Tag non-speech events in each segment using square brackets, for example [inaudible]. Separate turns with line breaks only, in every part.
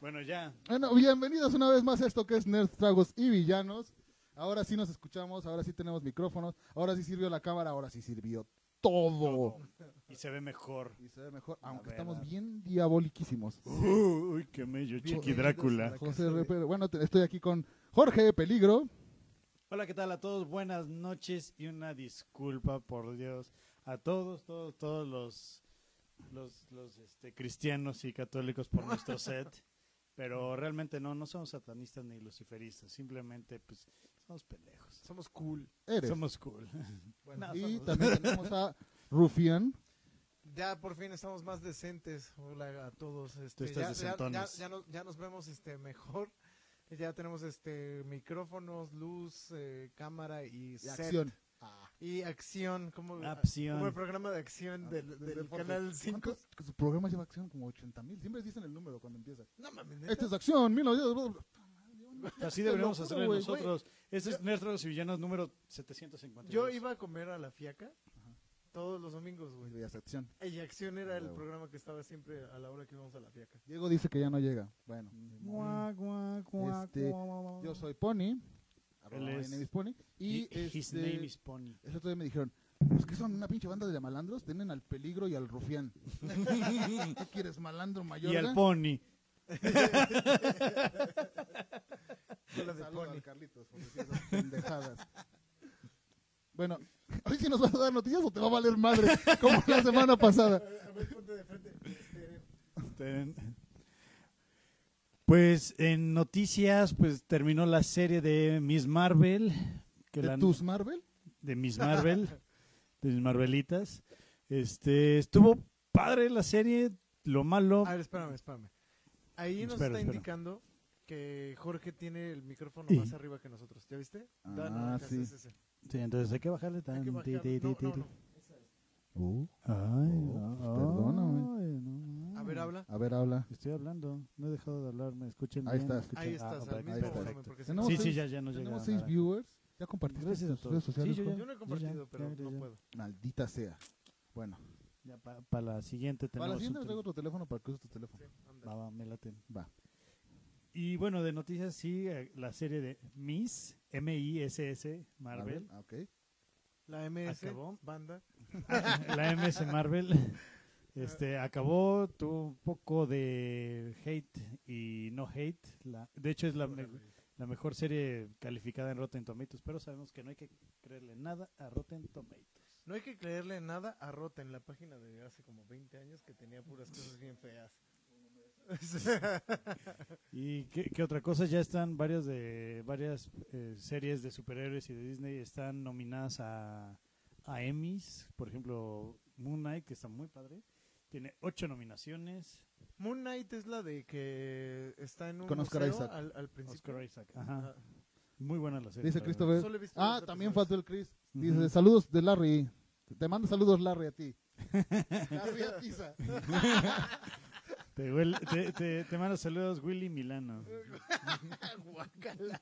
Venga.
Bueno, bienvenidos una vez más a esto que es Nerds, Tragos y Villanos. Ahora sí nos escuchamos, ahora sí tenemos micrófonos, ahora sí sirvió la cámara, ahora sí sirvió todo.
Y se ve mejor.
Y se ve mejor,
La
aunque
verdad. Oh,
estamos bien diaboliquísimos.
Uy, qué mello, Chiqui Drácula.
José Repero. Bueno, te- estoy aquí con Jorge Peligro.
Hola, ¿qué tal a todos? Buenas noches y una disculpa, por Dios, a todos, todos, todos los, los, los, este, cristianos y católicos por [laughs] nuestro set. Pero realmente no, no somos satanistas ni luciferistas, simplemente pues somos pendejos.
Somos cool.
Eres.
Somos [laughs] cool.
Bueno,
y
somos-
también tenemos a Rufián.
ya por fin estamos más decentes. Hola a todos.
Tú
Este,
estás
ya, ya, ya,
decentones.
ya nos, ya nos vemos este, mejor. Ya tenemos este micrófonos, luz, eh, cámara y,
Y
set.
acción.
Y acción, como,
Acción.
como el programa de acción del,
Desde
del
el podcast.
canal 5.
Ah, ¿Cuántos- Su programa lleva acción como 80 mil. Siempre dicen el número cuando empieza.
No mames, ¿neta?
Esta es acción, 1900.
Así
Te
deberíamos
lo juro,
hacerlo
güey.
nosotros. Este es nuestro villanos número 752.
Yo iba a comer a la fiaca todos los domingos,
Pues
güey.
veías acción.
Y acción era el
Huevo.
programa que estaba siempre a la hora que íbamos a la fiaca.
Diego dice que ya no llega. Bueno,
Guau, guau, guau,
Este,
guau, guau.
yo soy Pony. arroba
Él es-
my name is Pony. Y,
Y his
este,
name is Pony.
el otro día me dijeron, pues que son una pinche banda de malandros, tienen al peligro y
[laughs]
al rufián. ¿Qué quieres, malandro mayor? eh?
Y al Pony.
Hola de
Saludos
Pony.
al Carlitos por decir esas pendejadas. Bueno, hoy sí nos vas a dar noticias o te va a valer madre, como la semana pasada.
A ver, ponte de frente. Este,
Ten. Pues en noticias, pues terminó la serie de Miss Marvel. Que
¿De
la-
tus Marvel?
de Miss Marvel. de mis Marvelitas. Este, estuvo padre la serie. Lo malo.
A ver, espérame, espérame. Ahí nos
Espera,
está
espera.
indicando que Jorge tiene el micrófono
Y-
más arriba que nosotros. ¿Ya viste? Da, no,
Ah,
acá,
sí.
ese, ese.
Sí, entonces hay que bajarle tan.
Hay que
ti,
bajar-
ti,
no,
ti, ti,
no,
ti.
no.
Uh. Ay,
Oh,
no,
perdóname.
ay, no,
A ver,
no.
habla.
A ver, habla.
Estoy hablando, no he dejado de hablar, me escuchen
Ahí
bien,
estás.
escuchen-
Ahí
Ah,
estás,
ok,
al mismo
perfecto.
volumen, porque si
Tenemos
no-
Sí, sí,
seis-
ya, ya nos
Tenemos
llegaron.
seis viewers. ¿Ya compartiste
Gracias a
en tus redes
todos.
sociales?
Sí, yo
Jorge?
Yo no he
Ya,
compartido,
ya,
pero
ya,
no
ya.
puedo.
Maldita sea. Bueno,
Para la siguiente
para la
tenemos
siguiente
un
te traigo tu teléfono para que uses tu teléfono.
Sí, anda.
Va, va, me late.
Va.
Y bueno, de noticias, sí, eh, la serie de Miss, M-I-S-S, Marvel,
Ah, ok.
La MS,
Acabó.
banda.
la MS Marvel, este, acabó, tuvo un poco de hate y no hate. La, de hecho, es la, me- la mejor serie calificada en Rotten Tomatoes, pero sabemos que no hay que creerle nada a Rotten Tomatoes.
No hay que creerle nada a Rota en la página de hace como 20 años que tenía puras cosas bien feas. [laughs]
¿Y qué, qué otra cosa? Ya están varias de varias eh, series de superhéroes y de Disney están nominadas a, a Emmys. Por ejemplo, Moon Knight, que está muy padre. Tiene ocho nominaciones.
Moon Knight es la de que está en un
Con Oscar
museo
Isaac.
al, al principio.
Oscar Isaac. Ajá.
Ah,
Muy buena la serie.
Dice
la
Christopher.
solo he visto
Ah,
los
también
[laughs] episodios.
faltó el Chris. Dice,
Ujú.
saludos de Larry. Te manda saludos Larry a [laughs] ti. Larry Atiza.
verdad. Te, huele- te, te- te mando saludos, Willy Milano.
Guácala.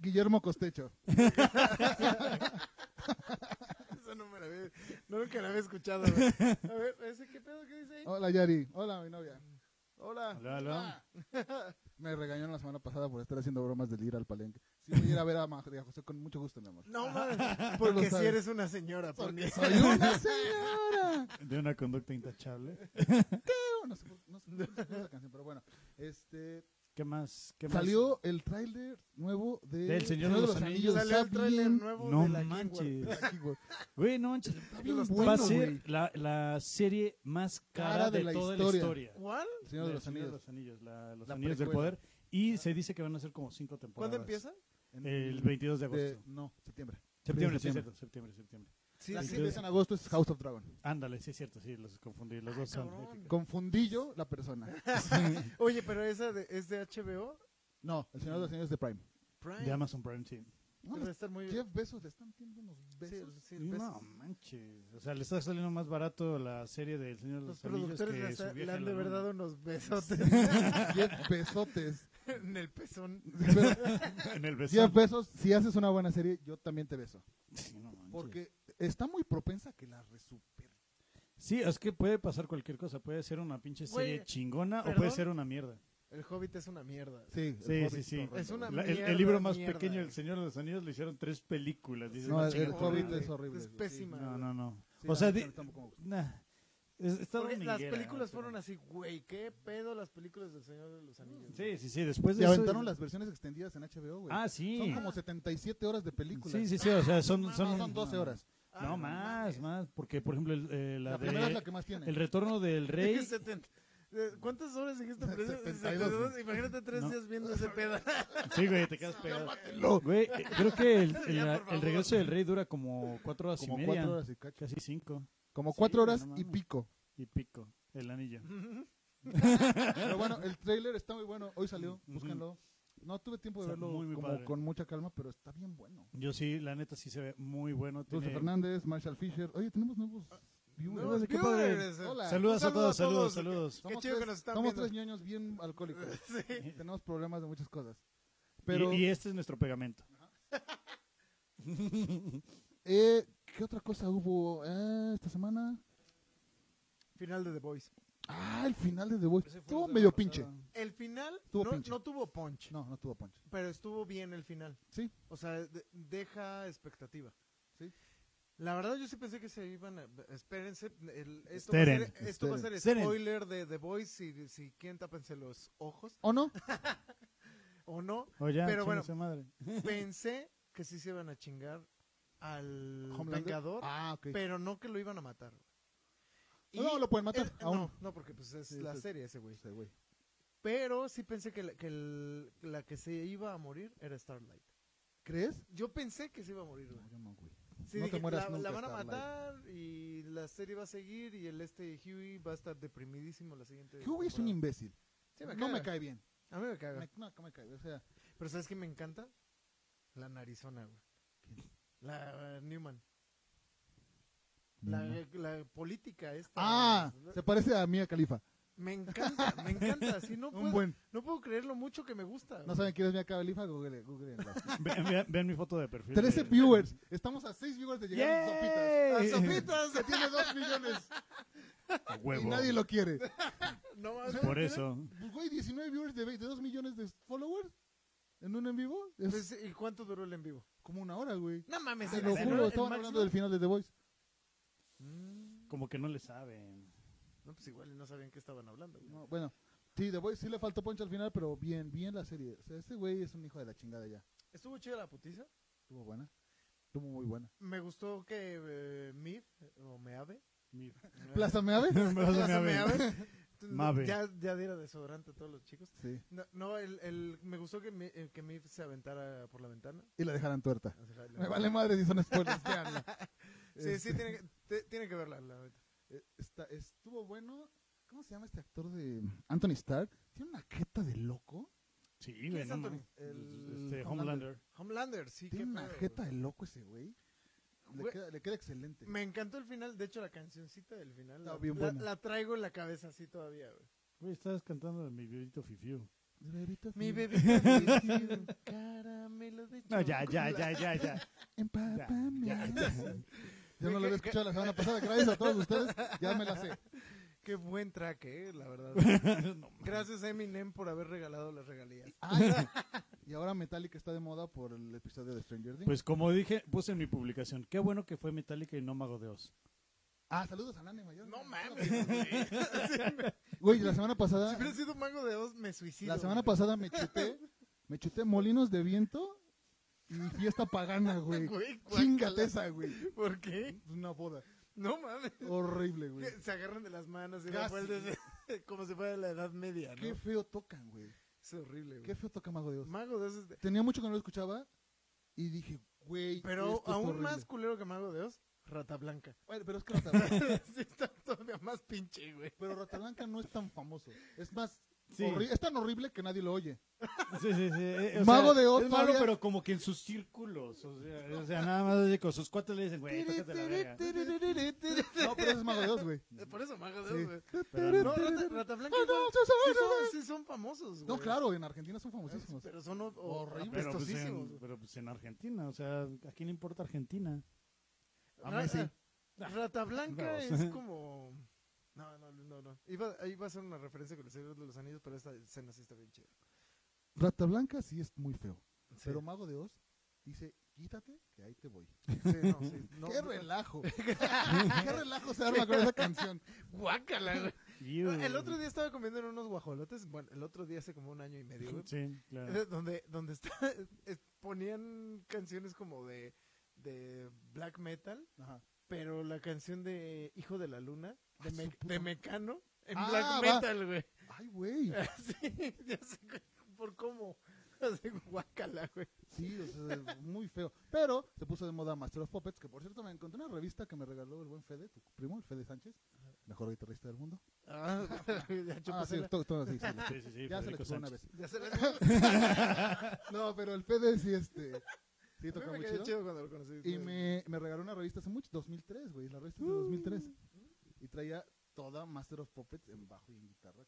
Guillermo Costecho.
Esa no me la había, no, nunca la había escuchado. güey. A ver, ese qué pedo que dice ahí.
Hola Yari. Hola mi novia.
Hola.
Hola,
Ah,
hola.
Me regañó la semana pasada por estar haciendo bromas del ir al palenque. Si voy a ir a ver a María José con mucho gusto, mi amor.
No mames,
[laughs] Pues Lo
porque
sabes.
si eres una señora, porque
Soy una señora.
De una conducta intachable.
No, no sé, por- no sé por qué es la canción, pero bueno. Este,
¿Qué más? ¿Qué más?
salió el tráiler nuevo de
Del Señor de los Anillos.
salió el
Está
tráiler
bien-
nuevo
No
de la
manches.
King World.
Aquí, güey.
Güey, no manches.
Está bien
los
bueno,
Va a
Bueno,
ser
güey.
la, la serie más cara,
Cara
de,
de la
toda
historia.
la historia.
¿Cuál?
El Señor de los
Señor
Anillos.
Anillos, la- los
La
Anillos del
precuela.
Poder. Y se dice que van a ser como cinco temporadas.
¿Cuándo empieza?
En-
El 22 de agosto.
de- no, septiembre.
septiembre,
septiembre.
sí, es cierto, septiembre, septiembre.
Sí,
la
sí,
que
sí.
empieza en agosto es House of Dragon.
Ándale, sí es cierto, sí, los confundí. Los dos son.
cabrón.
épicos.
Confundí yo la persona.
Oye, pero esa de- es de HBO
No, el Señor de los Anillos de Prime.
Prime.
De Amazon Prime, sí.
No,
Debe estar muy
Jeff Bezos le están dando unos
sí,
besos.
sí, ves-
No manches. O sea, le está saliendo más barato la serie del Señor de los,
Los
Anillos
productores
que
les
su
ha-
viaje
le
a
han
la
de verdad
luna.
dado unos besotes
[laughs] Jeff Besotes.
en el pezón.
Pero
[laughs] en el
Jeff
beso.
Bezos, si haces una buena serie, yo también te beso.
Sí, no manches.
Porque está muy propensa a que la resuper
Sí, es que puede pasar cualquier cosa. Puede ser una pinche
Güey,
serie chingona o
¿perdón?
puede ser una mierda.
El Hobbit es una mierda.
Sí,
Sí,
el
sí,
Hobbit
sí.
horrendo.
Es una
La- el, el
mierda,
libro más
mierda.
pequeño, El Señor de los Anillos, le hicieron tres películas. Dices,
No,
"No,
el- el
chingas,
Hobbit
madre".
es horrible,
Es
güey,
pésima.
No, no, no.
Sí,
o
la
sea,
neta,
di-
a mí tampoco me gusta.
nah. Es- está
Porque e, las
dominguera,
películas
pero-
fueron así, güey, qué pedo las películas del Señor de los Anillos.
Sí, sí, sí. Después de
Y
eso-
aventaron las versiones extendidas en HBO, güey.
Ah, sí.
Son como 77 horas de película.
Sí, sí, sí. O sea, son,
No,
son,
No, son 12 horas.
Ah,
No,
[laughs]
más,
mames.
más. Porque, por ejemplo, el- eh, la,
La,
de.
primera es la que más tiene.
El retorno del rey.
[laughs] Es que 70 eh, ¿Cuántas horas dijiste?
72,
72. Imagínate tres
No.
días viendo ese pedo. [laughs]
Sí, güey, te quedas pegado. Güey, eh, creo que el, el-
Ya, por
el
favor.
regreso del rey dura como cuatro horas
como
y media.
cuatro horas y cacho.
Casi cinco
Como
Sí,
cuatro
güey,
horas
no
y
mames.
pico.
y pico. El anillo.
Pero bueno, el trailer está muy bueno. Hoy salió, búscanlo. No tuve tiempo
Está
de verlo
muy, muy
como
padre.
con mucha calma, pero está bien bueno.
Yo sí, la neta sí se ve muy bueno.
Dulce
tiene-
Fernández, Marshall Fisher. Oye, tenemos nuevos viewers.
Nuevos
Nuevos
qué padre.
viewers.
Hola.
Saludos
Un
a
saludo
todos,
a
saludos,
todos.
saludos.
Somos
chido que
tres-
nos están
Somos
viendo.
tres ñoños bien alcohólicos.
[laughs] Sí.
Tenemos problemas de muchas cosas. Pero,
Pero... Y, y este es nuestro pegamento.
eh, ¿qué otra cosa hubo eh, esta semana?
Final de The Voice.
Ah, el final de The Voice.
Ese fue
Estuvo
el de la
medio
pasada.
pinche.
El final
Estuvo
no,
pinche.
no tuvo punch,
No, no tuvo ponche.
pero estuvo bien el final.
Sí.
O sea, de- deja expectativa.
Sí.
La verdad yo sí pensé que se iban a... Espérense, el- esto,
Esperen.
va a ser, esto va a ser
Esperen.
spoiler de The Voice si, si quieren tápense los ojos
¿O no?
o
[laughs]
no.
Oye,
Pero bueno.
madre.
Pensé que sí se iban a chingar al
Homelander.
Vengador,
Ah, ok.
pero no que lo iban a matar. Y
no, lo pueden matar.
el-
aún.
no, no, porque pues es
Sí,
la
sí.
serie ese güey.
Este güey.
Pero sí pensé que, la que, el- la que se iba a morir era Starlight.
¿Crees?
Yo pensé que se iba a morir, güey.
No, yo no, güey.
Sí,
No te
dije,
mueras
la, la
nunca,
van a
Starlight.
matar y la serie va a seguir y el este Huey va a estar deprimidísimo la siguiente.
Huey es un
temporada.
imbécil.
Sí, me
no
caga.
me cae bien.
A mí me caga.
Me- no, que me cae. O sea,
Pero ¿sabes qué me encanta? La narizona, güey. La eh, Newman. La, la política esta.
ah,
güey.
se parece a Mia Califa.
Me encanta, me encanta. Sí,
[laughs]
no,
Un
puedo,
buen.
no puedo creer lo mucho que me gusta.
¿No
güey.
saben quién es Mia Califa? Google, Google. [laughs]
Vean, vean- vean mi foto de perfil.
13
de-
viewers. Estamos a 6 viewers de llegar a Sopitas.
¡Yay!
¡A Sopitas!
Se tiene 2 millones
[laughs] A
y
huevo.
nadie lo quiere.
No mames.
Por eso.
Pues, güey, 19 viewers de, ve- de 2 millones de followers en un en vivo. Es
Pues, ¿Y cuánto duró el en vivo?
como una hora, güey.
No mames.
Te
el-
lo
el-
juro,
el
estaban
máximo-
hablando del final de The Voice.
Mm,
Como que no le saben.
No, pues igual y no sabían qué estaban hablando. güey.
No, bueno, sí, The Voice sí le faltó poncho al final, pero bien, bien la serie. O sea, este güey es un hijo de la chingada ya.
Estuvo chida la putiza.
Estuvo buena. Estuvo muy buena.
Me gustó que eh, Mif, o [laughs] Meave.
[laughs]
[laughs] Mira.
Eh.
¿Plaza Meave?
Plaza
[laughs] Plaza
Meave. [laughs]
Meave.
Mave.
Ya, ya diera desodorante a todos los chicos.
Sí.
No, no, el, el- me gustó que, mi, eh, que Mif se aventara por la ventana.
Y la dejaran tuerta.
O sea, la-
Me vale madre si son
[laughs]
spoilers, véanla.
Sí, sí,
Este,
tiene que, te- tiene que verla, la neta.
eh, está- estuvo bueno. ¿Cómo se llama este actor de Anthony Stark? Tiene una jeta de loco.
Sí, güey.
es
no
Anthony?
mames.
El-
Este,
Homelander.
Homelander.
Homelander, sí, qué
Tiene una
pedo, güey.
jeta de loco ese güey. Le
Güey,
queda, le queda excelente.
Me encantó el final, de hecho la cancioncita del final
Está
la,
bien
la-
buena.
la traigo en la cabeza así todavía, güey.
Güey, estabas cantando de mi violito fifiu.
Bebita
Mi
fina,
bebé
[laughs]
un caramelo de
No, ya, ya,
chocolate.
ya, ya, ya.
empápame.
Ya,
Yo no lo había escuchado la semana pasada. Gracias a todos ustedes. Ya me la
[laughs]
sé.
Qué buen track, eh, la verdad.
[laughs] No,
Gracias Eminem por haber regalado las regalías.
Ay, y ahora Metallica está de moda por el episodio de Stranger Things.
Pues como dije, puse en mi publicación, qué bueno que fue Metallica y no Mago de Oz.
ah, saludos a Nani Mayor.
No mames, güey. Sí, me-
Güey, la semana pasada.
si hubiera sido Mango de Oz, me suicido.
La semana
güey.
pasada me chuté, me chuté molinos de viento y fiesta pagana, güey.
Güey, guácala.
Chingate esa, güey. Pues
¿Por qué?
Una boda.
No mames.
Horrible, güey.
Se agarran de las manos y
Casi.
revuelven como si fuera de [laughs] la Edad Media, ¿no?
Qué feo tocan, güey.
Es horrible,
Qué
güey.
feo toca Mago de
[laughs]
Dios.
Mago de Oz es de-
Tenía mucho que no lo escuchaba y dije, güey.
Pero
esto está
aún
horrible.
más culero que Mago de Oz, Rata Blanca.
[laughs] Bueno, pero es que Rata Blanca,
sí, está todavía más pinche, güey.
pero Rata Blanca no es tan famoso. Es más,
Sí.
horri- es tan horrible que nadie lo oye.
Sí, sí, sí. eh,
Mago de Oz
Es malo,
todavía-
pero como que en sus círculos. O sea, o sea, nada más así, con sus cuates le dicen, güey, tócate la verga.
No, pero ese es Mago de Dios, güey.
Por eso Mago de
Sí.
Oz, güey.
Pero
No,
no.
Rata, Rata Blanca igual. Sí son, sí son famosos, güey.
No, claro, en Argentina son famosísimos.
Pero son o- o-
Horrible.
Pero pues,
apestosísimos,
en,
güey.
pero pues en Argentina, o sea, ¿a quién le importa Argentina?
A Messi.
Rata Blanca
Vamos.
es como Iba, ahí va a ser una referencia con el Señor de los Anillos, pero esta escena sí está bien chida.
Rata Blanca sí es muy feo.
Sí.
Pero Mago de Oz dice, quítate, que ahí te voy.
Sí, no,
[laughs]
sí, no,
¡Qué
[laughs]
relajo! ¡Qué relajo se arma con esa canción!
Guácala, [laughs] güey.
Iu.
El otro día estaba comiendo unos guajolotes, bueno, el otro día hace como un año y medio, güey,
Sí, claro.
eh, [laughs] donde, donde está, [laughs] eh, ponían canciones como de, de black metal,
Ajá.
pero la canción de Hijo de la Luna, de,
Ah, su
Me-
puta
de Mecano, en
Ah,
black
va.
metal, güey.
¡Ay, güey!
[laughs] Así, ya sé, güey, por cómo, [laughs] así, guácala, güey.
Sí, o sea, muy feo. Pero se puso de moda Master of Puppets, que por cierto me encontré una revista que me regaló el buen Fede, tu primo, el Fede Sánchez, mejor guitarrista del mundo.
Ah, [laughs] ya
Ah, sí,
chúpasela.
todo, todo
[laughs]
así, sí,
Sí, sí, sí,
ya
Federico
se le tocó una
Sánchez.
vez.
Ya se la
No, pero el Fede sí, este, sí
A
toca
mí [laughs] me
muy
caía
chido.
chido cuando lo conocí.
Y me, me regaló una revista hace mucho, 2003, güey, la revista es de
Mm.
2003. Y traía toda Master of Puppets en bajo y en guitarra.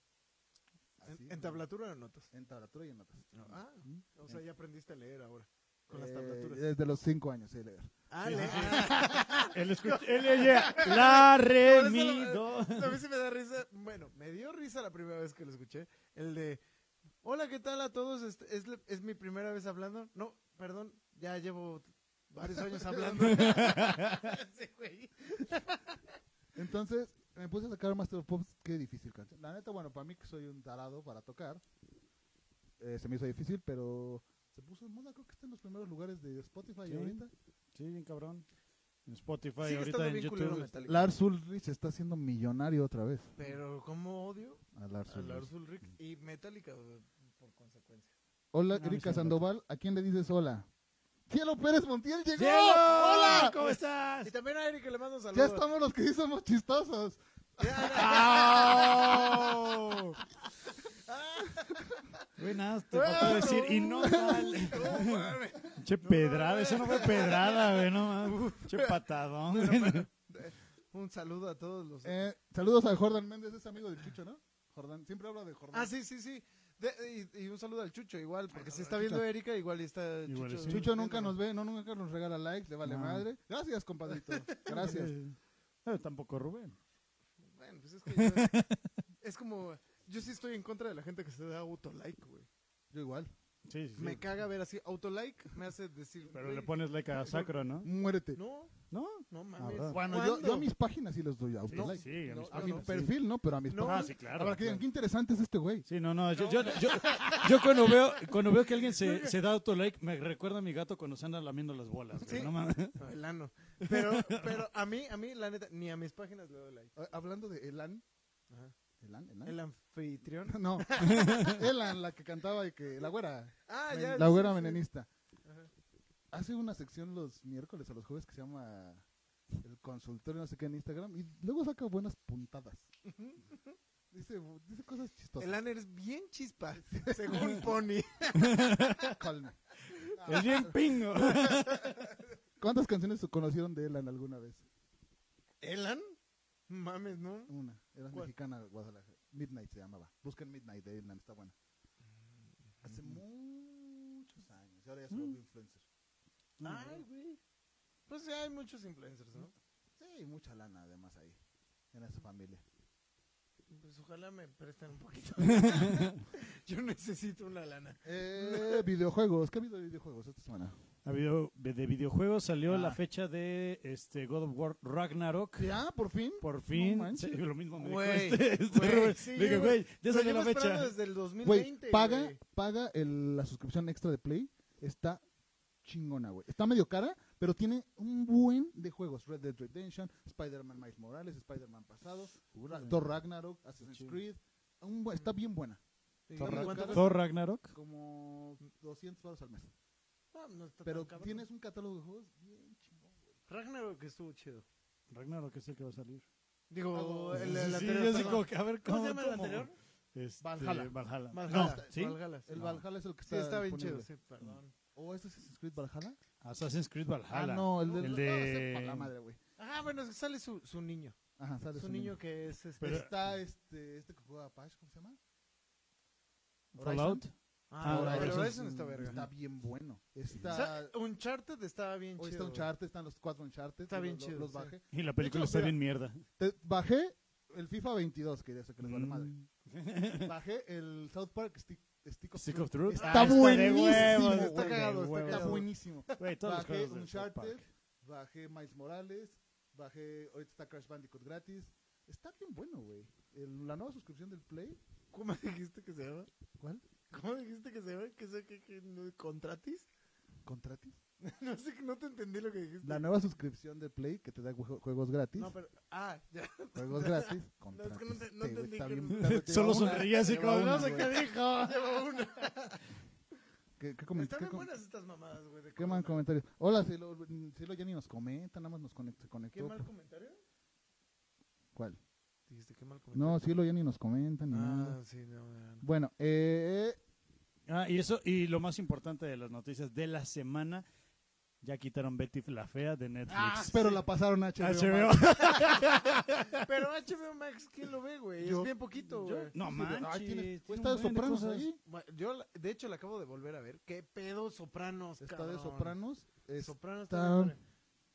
Así,
¿En, en tablatura o en notas?
En tablatura y en notas.
Ah,
Mm.
o sea, ya aprendiste a leer ahora. Con
Eh,
las tablaturas.
Desde los 5 años, sí, leer.
ah,
sí,
leer.
sí, Él
[laughs]
escucha, él leía la re
Por eso
mi
lo-
do.
[laughs] [laughs] A mí se me da risa. Bueno, me dio risa la primera vez que lo escuché. El de, hola, ¿qué tal a todos? Este, es, la- es mi primera vez hablando. No, perdón, ya llevo varios años hablando. [laughs] Sí, güey.
Entonces me puse a sacar Master of Pops, qué difícil canción. La neta, bueno, para mí que soy un tarado para tocar, eh, se me hizo difícil, pero se puso en moda, creo que está en los primeros lugares de Spotify
Sí.
ahorita.
Sí, bien cabrón. En Spotify,
Sigue estando
ahorita en
bien culero
YouTube.
Metallica.
Lars Ulrich está siendo millonario otra vez.
Pero cómo odio
A Lars
a
Ulrich.
Ah, Lars Ulrich y Metallica güey, por consecuencia.
Hola,
No, a mí sí
Erika
me
Sandoval, ¿a quién le dices hola? ¡Cielo Pérez Montiel llegó!
¡Diego!
¡Hola!
¿Cómo
Y [laughs]
estás?
también a Eric le mando un saludo.
Ya estamos los que sí somos chistosos.
Ah, ¡Au! Güey, nada, te faltó
Bueno.
decir, y no
[laughs]
sale.
No mames.
Che pedrada, eso no fue pedrada, güey, no mames. Che patadón. güey.
Un saludo a todos los.
Eh, saludos a Jordan Méndez, es amigo del Chucho, ¿no? Jordan, siempre habla de Jordan.
Ah, sí, sí, sí. De- y, y un saludo al Chucho, igual, porque
saludo
si está
al Chucho.
viendo Erika, igual está
Igual
Chucho.
sí.
Chucho nunca nos ve, no nunca nos regala likes, le vale
No.
madre. Gracias, compadrito. Gracias.
No, Eh, tampoco Rubén.
Bueno, pues es que. yo- es como. Yo sí estoy en contra de la gente que se da autolike, güey.
Yo igual.
Sí, sí, sí.
Me caga ver así. Autolike me hace decir.
Pero
güey,
le pones like a Sacro, ¿no?
Muérete.
No,
¿No?
no
Ah,
mames.
¿verdad?
Bueno, yo,
¿Cuándo?
yo a mis páginas sí les doy auto
Sí,
like.
sí, a
No,
mis
no,
A
páginas,
mi
sí.
perfil, ¿no? Pero a mis
No.
Ah,
páginas.
sí, claro.
Para que digan,
claro.
qué interesante es este güey.
Sí, no, no, yo, yo,
[laughs]
yo, yo cuando veo, cuando veo que alguien se, se da autolike, me recuerda a mi gato cuando se anda lamiendo las bolas, güey,
Sí.
no mames.
No, el ano. Pero, pero a mí, a mí, la neta, ni a mis páginas le doy like.
Ah, Hablando de Elan.
Ajá.
¿Elan? ¿Elan?
El anfitrión.
[laughs] No. Elan, la que cantaba y que. La güera.
Ah,
Men-
ya.
la
sí,
güera
sí.
venenista.
Ajá.
Hace una sección los miércoles o los jueves que se llama El consultorio, no sé qué, en Instagram. Y luego saca buenas puntadas. Dice, dice cosas chistosas.
El ano es bien chispa, según Pony.
Calma.
Es bien
[laughs]
pingo.
¿Cuántas canciones conocieron de Elan alguna vez?
¿Elan? Mames, ¿no?
Una, era
¿Cuál?
mexicana, Guadalajara. Midnight se llamaba. Busquen Midnight de Elan, está buena. Hace
Mm.
muchos años, y ahora ya se volvió influencer.
Ay, güey. Pues sí, hay muchos influencers, ¿no?
Sí, mucha lana además ahí, en
Mm.
esa familia.
Pues ojalá me presten un [laughs] poquito. Yo necesito una lana.
Eh, videojuegos, ¿qué ha habido de videojuegos esta semana?
Ha habido- de videojuegos salió
Ah.
la fecha de este God of War Ragnarok.
Ah,
¿Ya? ¿Por fin?
Por fin,
manches.
Sí, lo mismo me dijo
Güey,
este, este
güey,
Rubén.
sí,
Le dije,
yo-
güey, ya
Lo
salió
llevo
la fecha.
esperando desde el
Güey,
2020.
paga,
güey.
paga el- la suscripción extra de Play, está chingona, güey. Está medio cara, pero tiene un buen de juegos. Red Dead Redemption, Spider-Man Miles Morales, Spider-Man pasado, Ra- Thor Ragnarok, Assassin's
chido.
Creed. Un buen- está bien buena,
¿Y
Thor, Ra-
cuánto cuesta?
Thor Ragnarok.
como 200 baros al mes.
Ah, no está tan
Pero
cabrón.
tienes un catálogo de juegos bien chingón.
Ragnarok estuvo chido.
Ragnarok es el que va a salir.
Digo,
Ah,
el, el
Sí,
anterior.
yo así
perdón.
como que, a ver,
¿Cómo
¿cómo,
se llama el
cómo?
anterior?
Este,
Valhalla.
Valhalla.
Valhalla.
No, ¿sí?
Valhalla, sí.
El
No.
Valhalla es el que
Sí,
está
está bien chido,
disponible.
sí, perdón.
¿O es Assassin's Creed Valhalla?
Assassin's Creed Valhalla.
Ah, no, el de...
El
no,
de-
sepa la madre, güey.
Ah, bueno, sale su, su niño.
Ajá, sale
Su,
su
niño, que es este.
Pero-
Está este, este que juega Apache, ¿cómo se llama?
Fallout.
Ah,
Ah,
pero
Horizon.
Horizon está verga.
Está bien bueno.
O sea,
Está...
Uncharted estaba bien
Hoy
chido.
está
güey.
Uncharted, están los cuatro Uncharted.
Está
los-
bien
los,
chido,
Los
sí.
bajé.
Y la película está
hecho, mira.
bien mierda.
Te- bajé el FIFA 22, que ya sé que les vale madre.
Mm.
Bajé el South Park Stick, Stick of
Stick
Truth.
of Truth.
Está
Ah, de
buenísimo,
huevos,
está
güey, de
cagado, está
huevos.
Está
cagado.
buenísimo.
Güey, todos los
Bajé
juegos de South
Uncharted,
Park.
bajé Miles Morales, bajé. Ahorita está Crash Bandicoot gratis. Está bien bueno, güey. El- La nueva suscripción del Play.
¿Cómo dijiste que se llama?
¿Cuál?
¿Cómo dijiste que se llama? ¿Que se, que, que- no- ¿Contratis? [laughs]
¿Contratis?
No sé, no te entendí lo que dijiste.
La nueva suscripción del Play que te da jue- juegos gratis.
No, pero. [laughs] Ah, ya.
Juegos gratis.
[laughs] No, es que no te-
Contratis.
no
Este, güey,
entendí
está
[laughs]
que-
bien perro, [laughs] te
Solo
lleva una.
sonreía así
te
como,
lleva
no
una,
sé qué
güey.
dijo.
Llevo una.
¿Qué, qué comen-
Están
qué
bien
com-
buenas estas mamadas, güey. de
qué mal
Corona.
comentario? Hola, Cielo, Cielo ya ni nos comenta, nada más nos conect- se
¿Qué
conectó.
mal comentario?
¿Cuál?
Dijiste, qué mal comentario.
No, Cielo ya ni nos comenta ni
Ah,
nada.
sí, no, no, no.
Bueno, eh,
Ah, y eso, y lo más importante de las noticias de la semana, ya quitaron Betty la Fea de Netflix.
ah,
Ah,
pero la pasaron a HBO.
HBO.
Max.
Pero HBO Max, ¿quién lo ve, güey?
Yo-
es bien poquito,
yo-
güey.
No
Sí, de- ah,
manches.
tiene-
tiene un
Está de
buen
Sopranos
cosas.
ahí.
Ma- Yo, la- de hecho, la acabo de volver a ver. ¿Qué pedo, Sopranos?
Está de
cabrón?
Sopranos. es-
Sopranos
está-
está bien padre.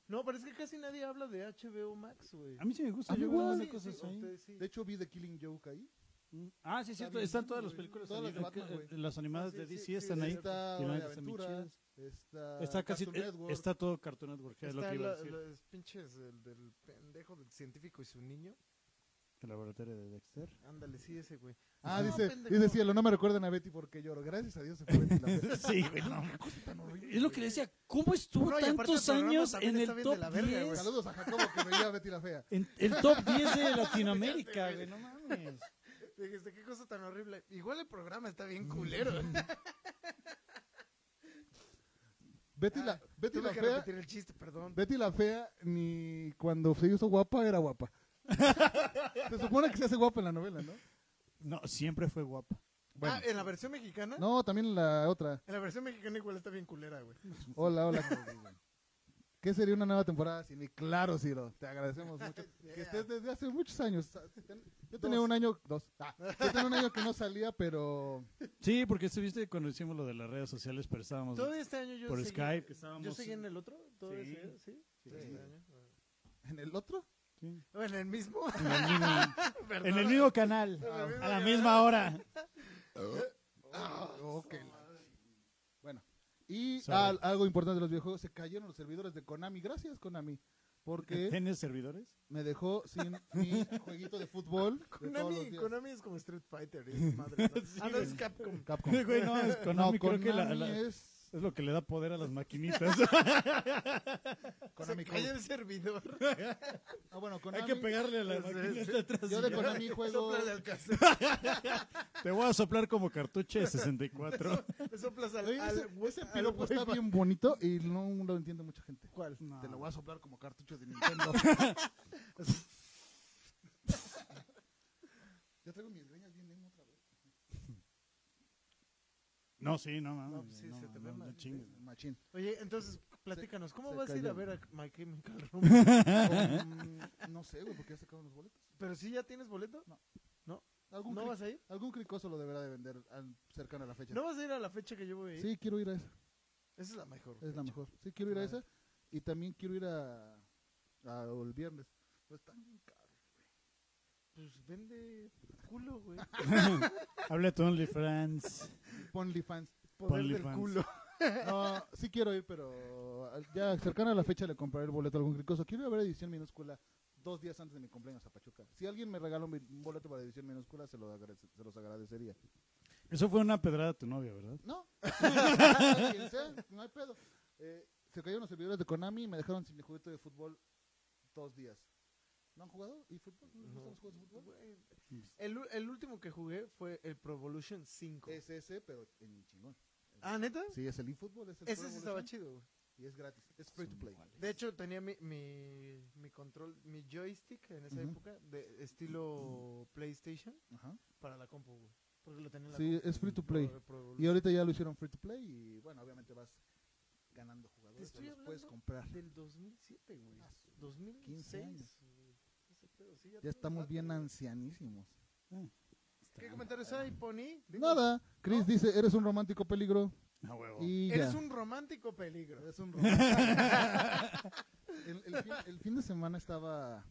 No, pero es que casi nadie habla de HBO Max, güey.
A mí sí me gusta.
A mí
yo veo
igual.
un montón
Sí,
de cosas
sí,
ahí.
ustedes sí.
De hecho, vi The Killing Joke ahí.
Mm. Ah, sí, es cierto.
bien,
Están todas las
güey.
películas.
Todas las de
animadas,
Batman,
que-
güey.
las animadas
Sí,
de
sí,
DC
sí,
están
sí,
ahí.
sí.
Está
y la
Hora de
neta están bien
Aventura.
chidas.
Está,
Está casi.
Cartoon
eh,
Network.
Está todo Cartoon Network. Es lo
Está
que iba a
la-
decir.
los pinches el del pendejo del científico y su niño.
El laboratorio de Dexter.
Ándale, sí, ese güey.
Ah,
No,
dice,
pendejo.
dice Cielo, no me recuerden a Betty porque lloro. Gracias a Dios se fue Betty la Fea.
[laughs]
[laughs] sí, güey, no.
Tan horrible,
Es lo que le
güey.
decía. ¿Cómo estuvo
No, y aparte
tantos
el programa
años
también
en
está
el
bien de
top
la verga, güey.
10?
Saludos a Jacobo que veía a Betty la Fea.
En el top 10 de Latinoamérica, güey. No mames.
Dijiste, este, qué cosa tan horrible. Igual el programa está bien culero.
Betty
Ah,
la, Betty
Tuve
la
que
Fea.
repetir el chiste, perdón.
Betty la Fea ni cuando se hizo guapa era
[laughs]
guapa. se supone que se hace guapa en la novela, ¿no?
No, siempre fue guapa.
Bueno.
Ah, en la versión mexicana.
No, también la otra.
En la versión mexicana igual está bien culera, güey.
Hola, hola. ¿Qué sería una nueva temporada sin mí? Claro, Ciro. Te agradecemos
[laughs]
mucho. Que estés desde hace muchos años. Yo tenía
Dos.
un año, dos. Ah, yo tenía un año que no salía, pero
Sí, porque estuviste cuando hicimos lo de las redes sociales, pero estábamos.
Todo este año yo
por
seguí-
Skype, que estábamos-
Yo seguí en el otro, todo
Sí.
ese, ¿sí? Todo
Sí.
este año.
en el otro.
Sí.
O en el mismo. [laughs]
En el mismo,
Perdón.
en el mismo canal,
Ah,
a la misma hora.
Ah, ok. Bueno. Y
Sorry.
al- algo importante de los videojuegos, se cayeron los servidores de Konami. Gracias, Konami.
[laughs]
Porque
¿Tienes servidores?
me dejó sin mi jueguito de fútbol. de
[laughs]
todos los
Konami,
días.
Konami es como Street Fighter. Es madre, ¿no?
Sí,
ah, no, es
güey.
Capcom.
Capcom.
Güey, no, es [laughs] Konami,
no,
creo
Konami
que la- la- es...
es
lo que le da poder a las maquinitas.
Konami
Se cayó
Code.
el servidor.
Ah, bueno,
Hay
Konami.
que pegarle a la
Sí,
maquinita
sí.
atrás.
Yo
y
de
[laughs]
ya.
Konami juego.
Sóplale al cassette.
[laughs]
[laughs]
Te voy a soplar como cartucho de 64.
Le soplas al,
Oye,
al-
ese, ese
al
piropo
güey.
está bien bonito y no lo entiende mucha gente. Ah.
¿Cuál?
No.
Te lo voy a soplar como cartucho [laughs] de Nintendo. ya traigo mis greñas bien en otra vez.
No, sí, no, mames,
No, pues sí,
no,
se te ve
no,
mal.
no chingues.
Machín.
Oye, entonces, platícanos, ¿cómo
se
vas a ir
cayó.
a ver a My Chemical
[laughs]
Romance?
Mm, no sé, güey, porque ya sacaron los boletos.
¿Pero si ya tienes boleto?
¿Algún,
¿No
cri-
vas a ir?
algún cricoso lo deberá de vender al- cercano a la fecha.
¿No vas a ir a la fecha que yo voy a ir?
Sí, quiero ir a esa.
Esa es la mejor.
Es
fecha.
la mejor. Sí, quiero ir a
Madre.
esa. Y también quiero ir a. a el viernes. Pues están bien caros.
Pues vende culo, güey.
Habla tu OnlyFans.
Ponly fans.
Poder del
OnlyFans.
culo.
No, sí quiero ir, pero al- ya cercana a la fecha le compraré el boleto a algún cricoso. Quiero ir a ver edición minúscula dos días antes de mi cumpleaños a Pachuca. Si alguien me regala un, bi- un boleto para edición minúscula, se, lo agradece- se los agradecería.
Eso fue una pedrada a tu novia, ¿verdad?
[laughs] No, Quien sea, no hay pedo. Eh, se cayeron los servidores de Konami y me dejaron sin mi juguete de fútbol dos días. ¿No han jugado? ¿Y fútbol? ¿No, les
No.
gustan los juegos de fútbol?
Güey, El, u- el último que jugué fue el Pro Evolution 5.
Es ese, pero en chingón.
Ah, ¿neta?
Sí, es el eFootball, es el
Ese
Pro
sí estaba
Evolution
chido, güey.
Y es gratis, es free to play.
De hecho, tenía mi, mi, mi control, mi joystick en esa
Ujú.
época, de estilo PlayStation,
Ajá.
para la compu, güey. Porque lo tenía en la
Sí,
compu.
es free to play.
Pro- Pro Evolution.
Y ahorita ya lo hicieron free to play y bueno, obviamente vas ganando
Te
jugadores,
estoy
te los
hablando
puedes comprar.
Del 2007, güey.
Ah, su- 15
2006.
años.
güey. Ese pedo, sí,
Ya
tiene
estamos
rato,
bien
güey.
ancianísimos.
¿Qué comentarios hay, Pony? Digo,
Nada, Chris dice, eres un romántico peligro
A huevo.
y ya.
Eres un romántico peligro.
Eres [laughs] un romántico. el, el fin, el fin de semana estaba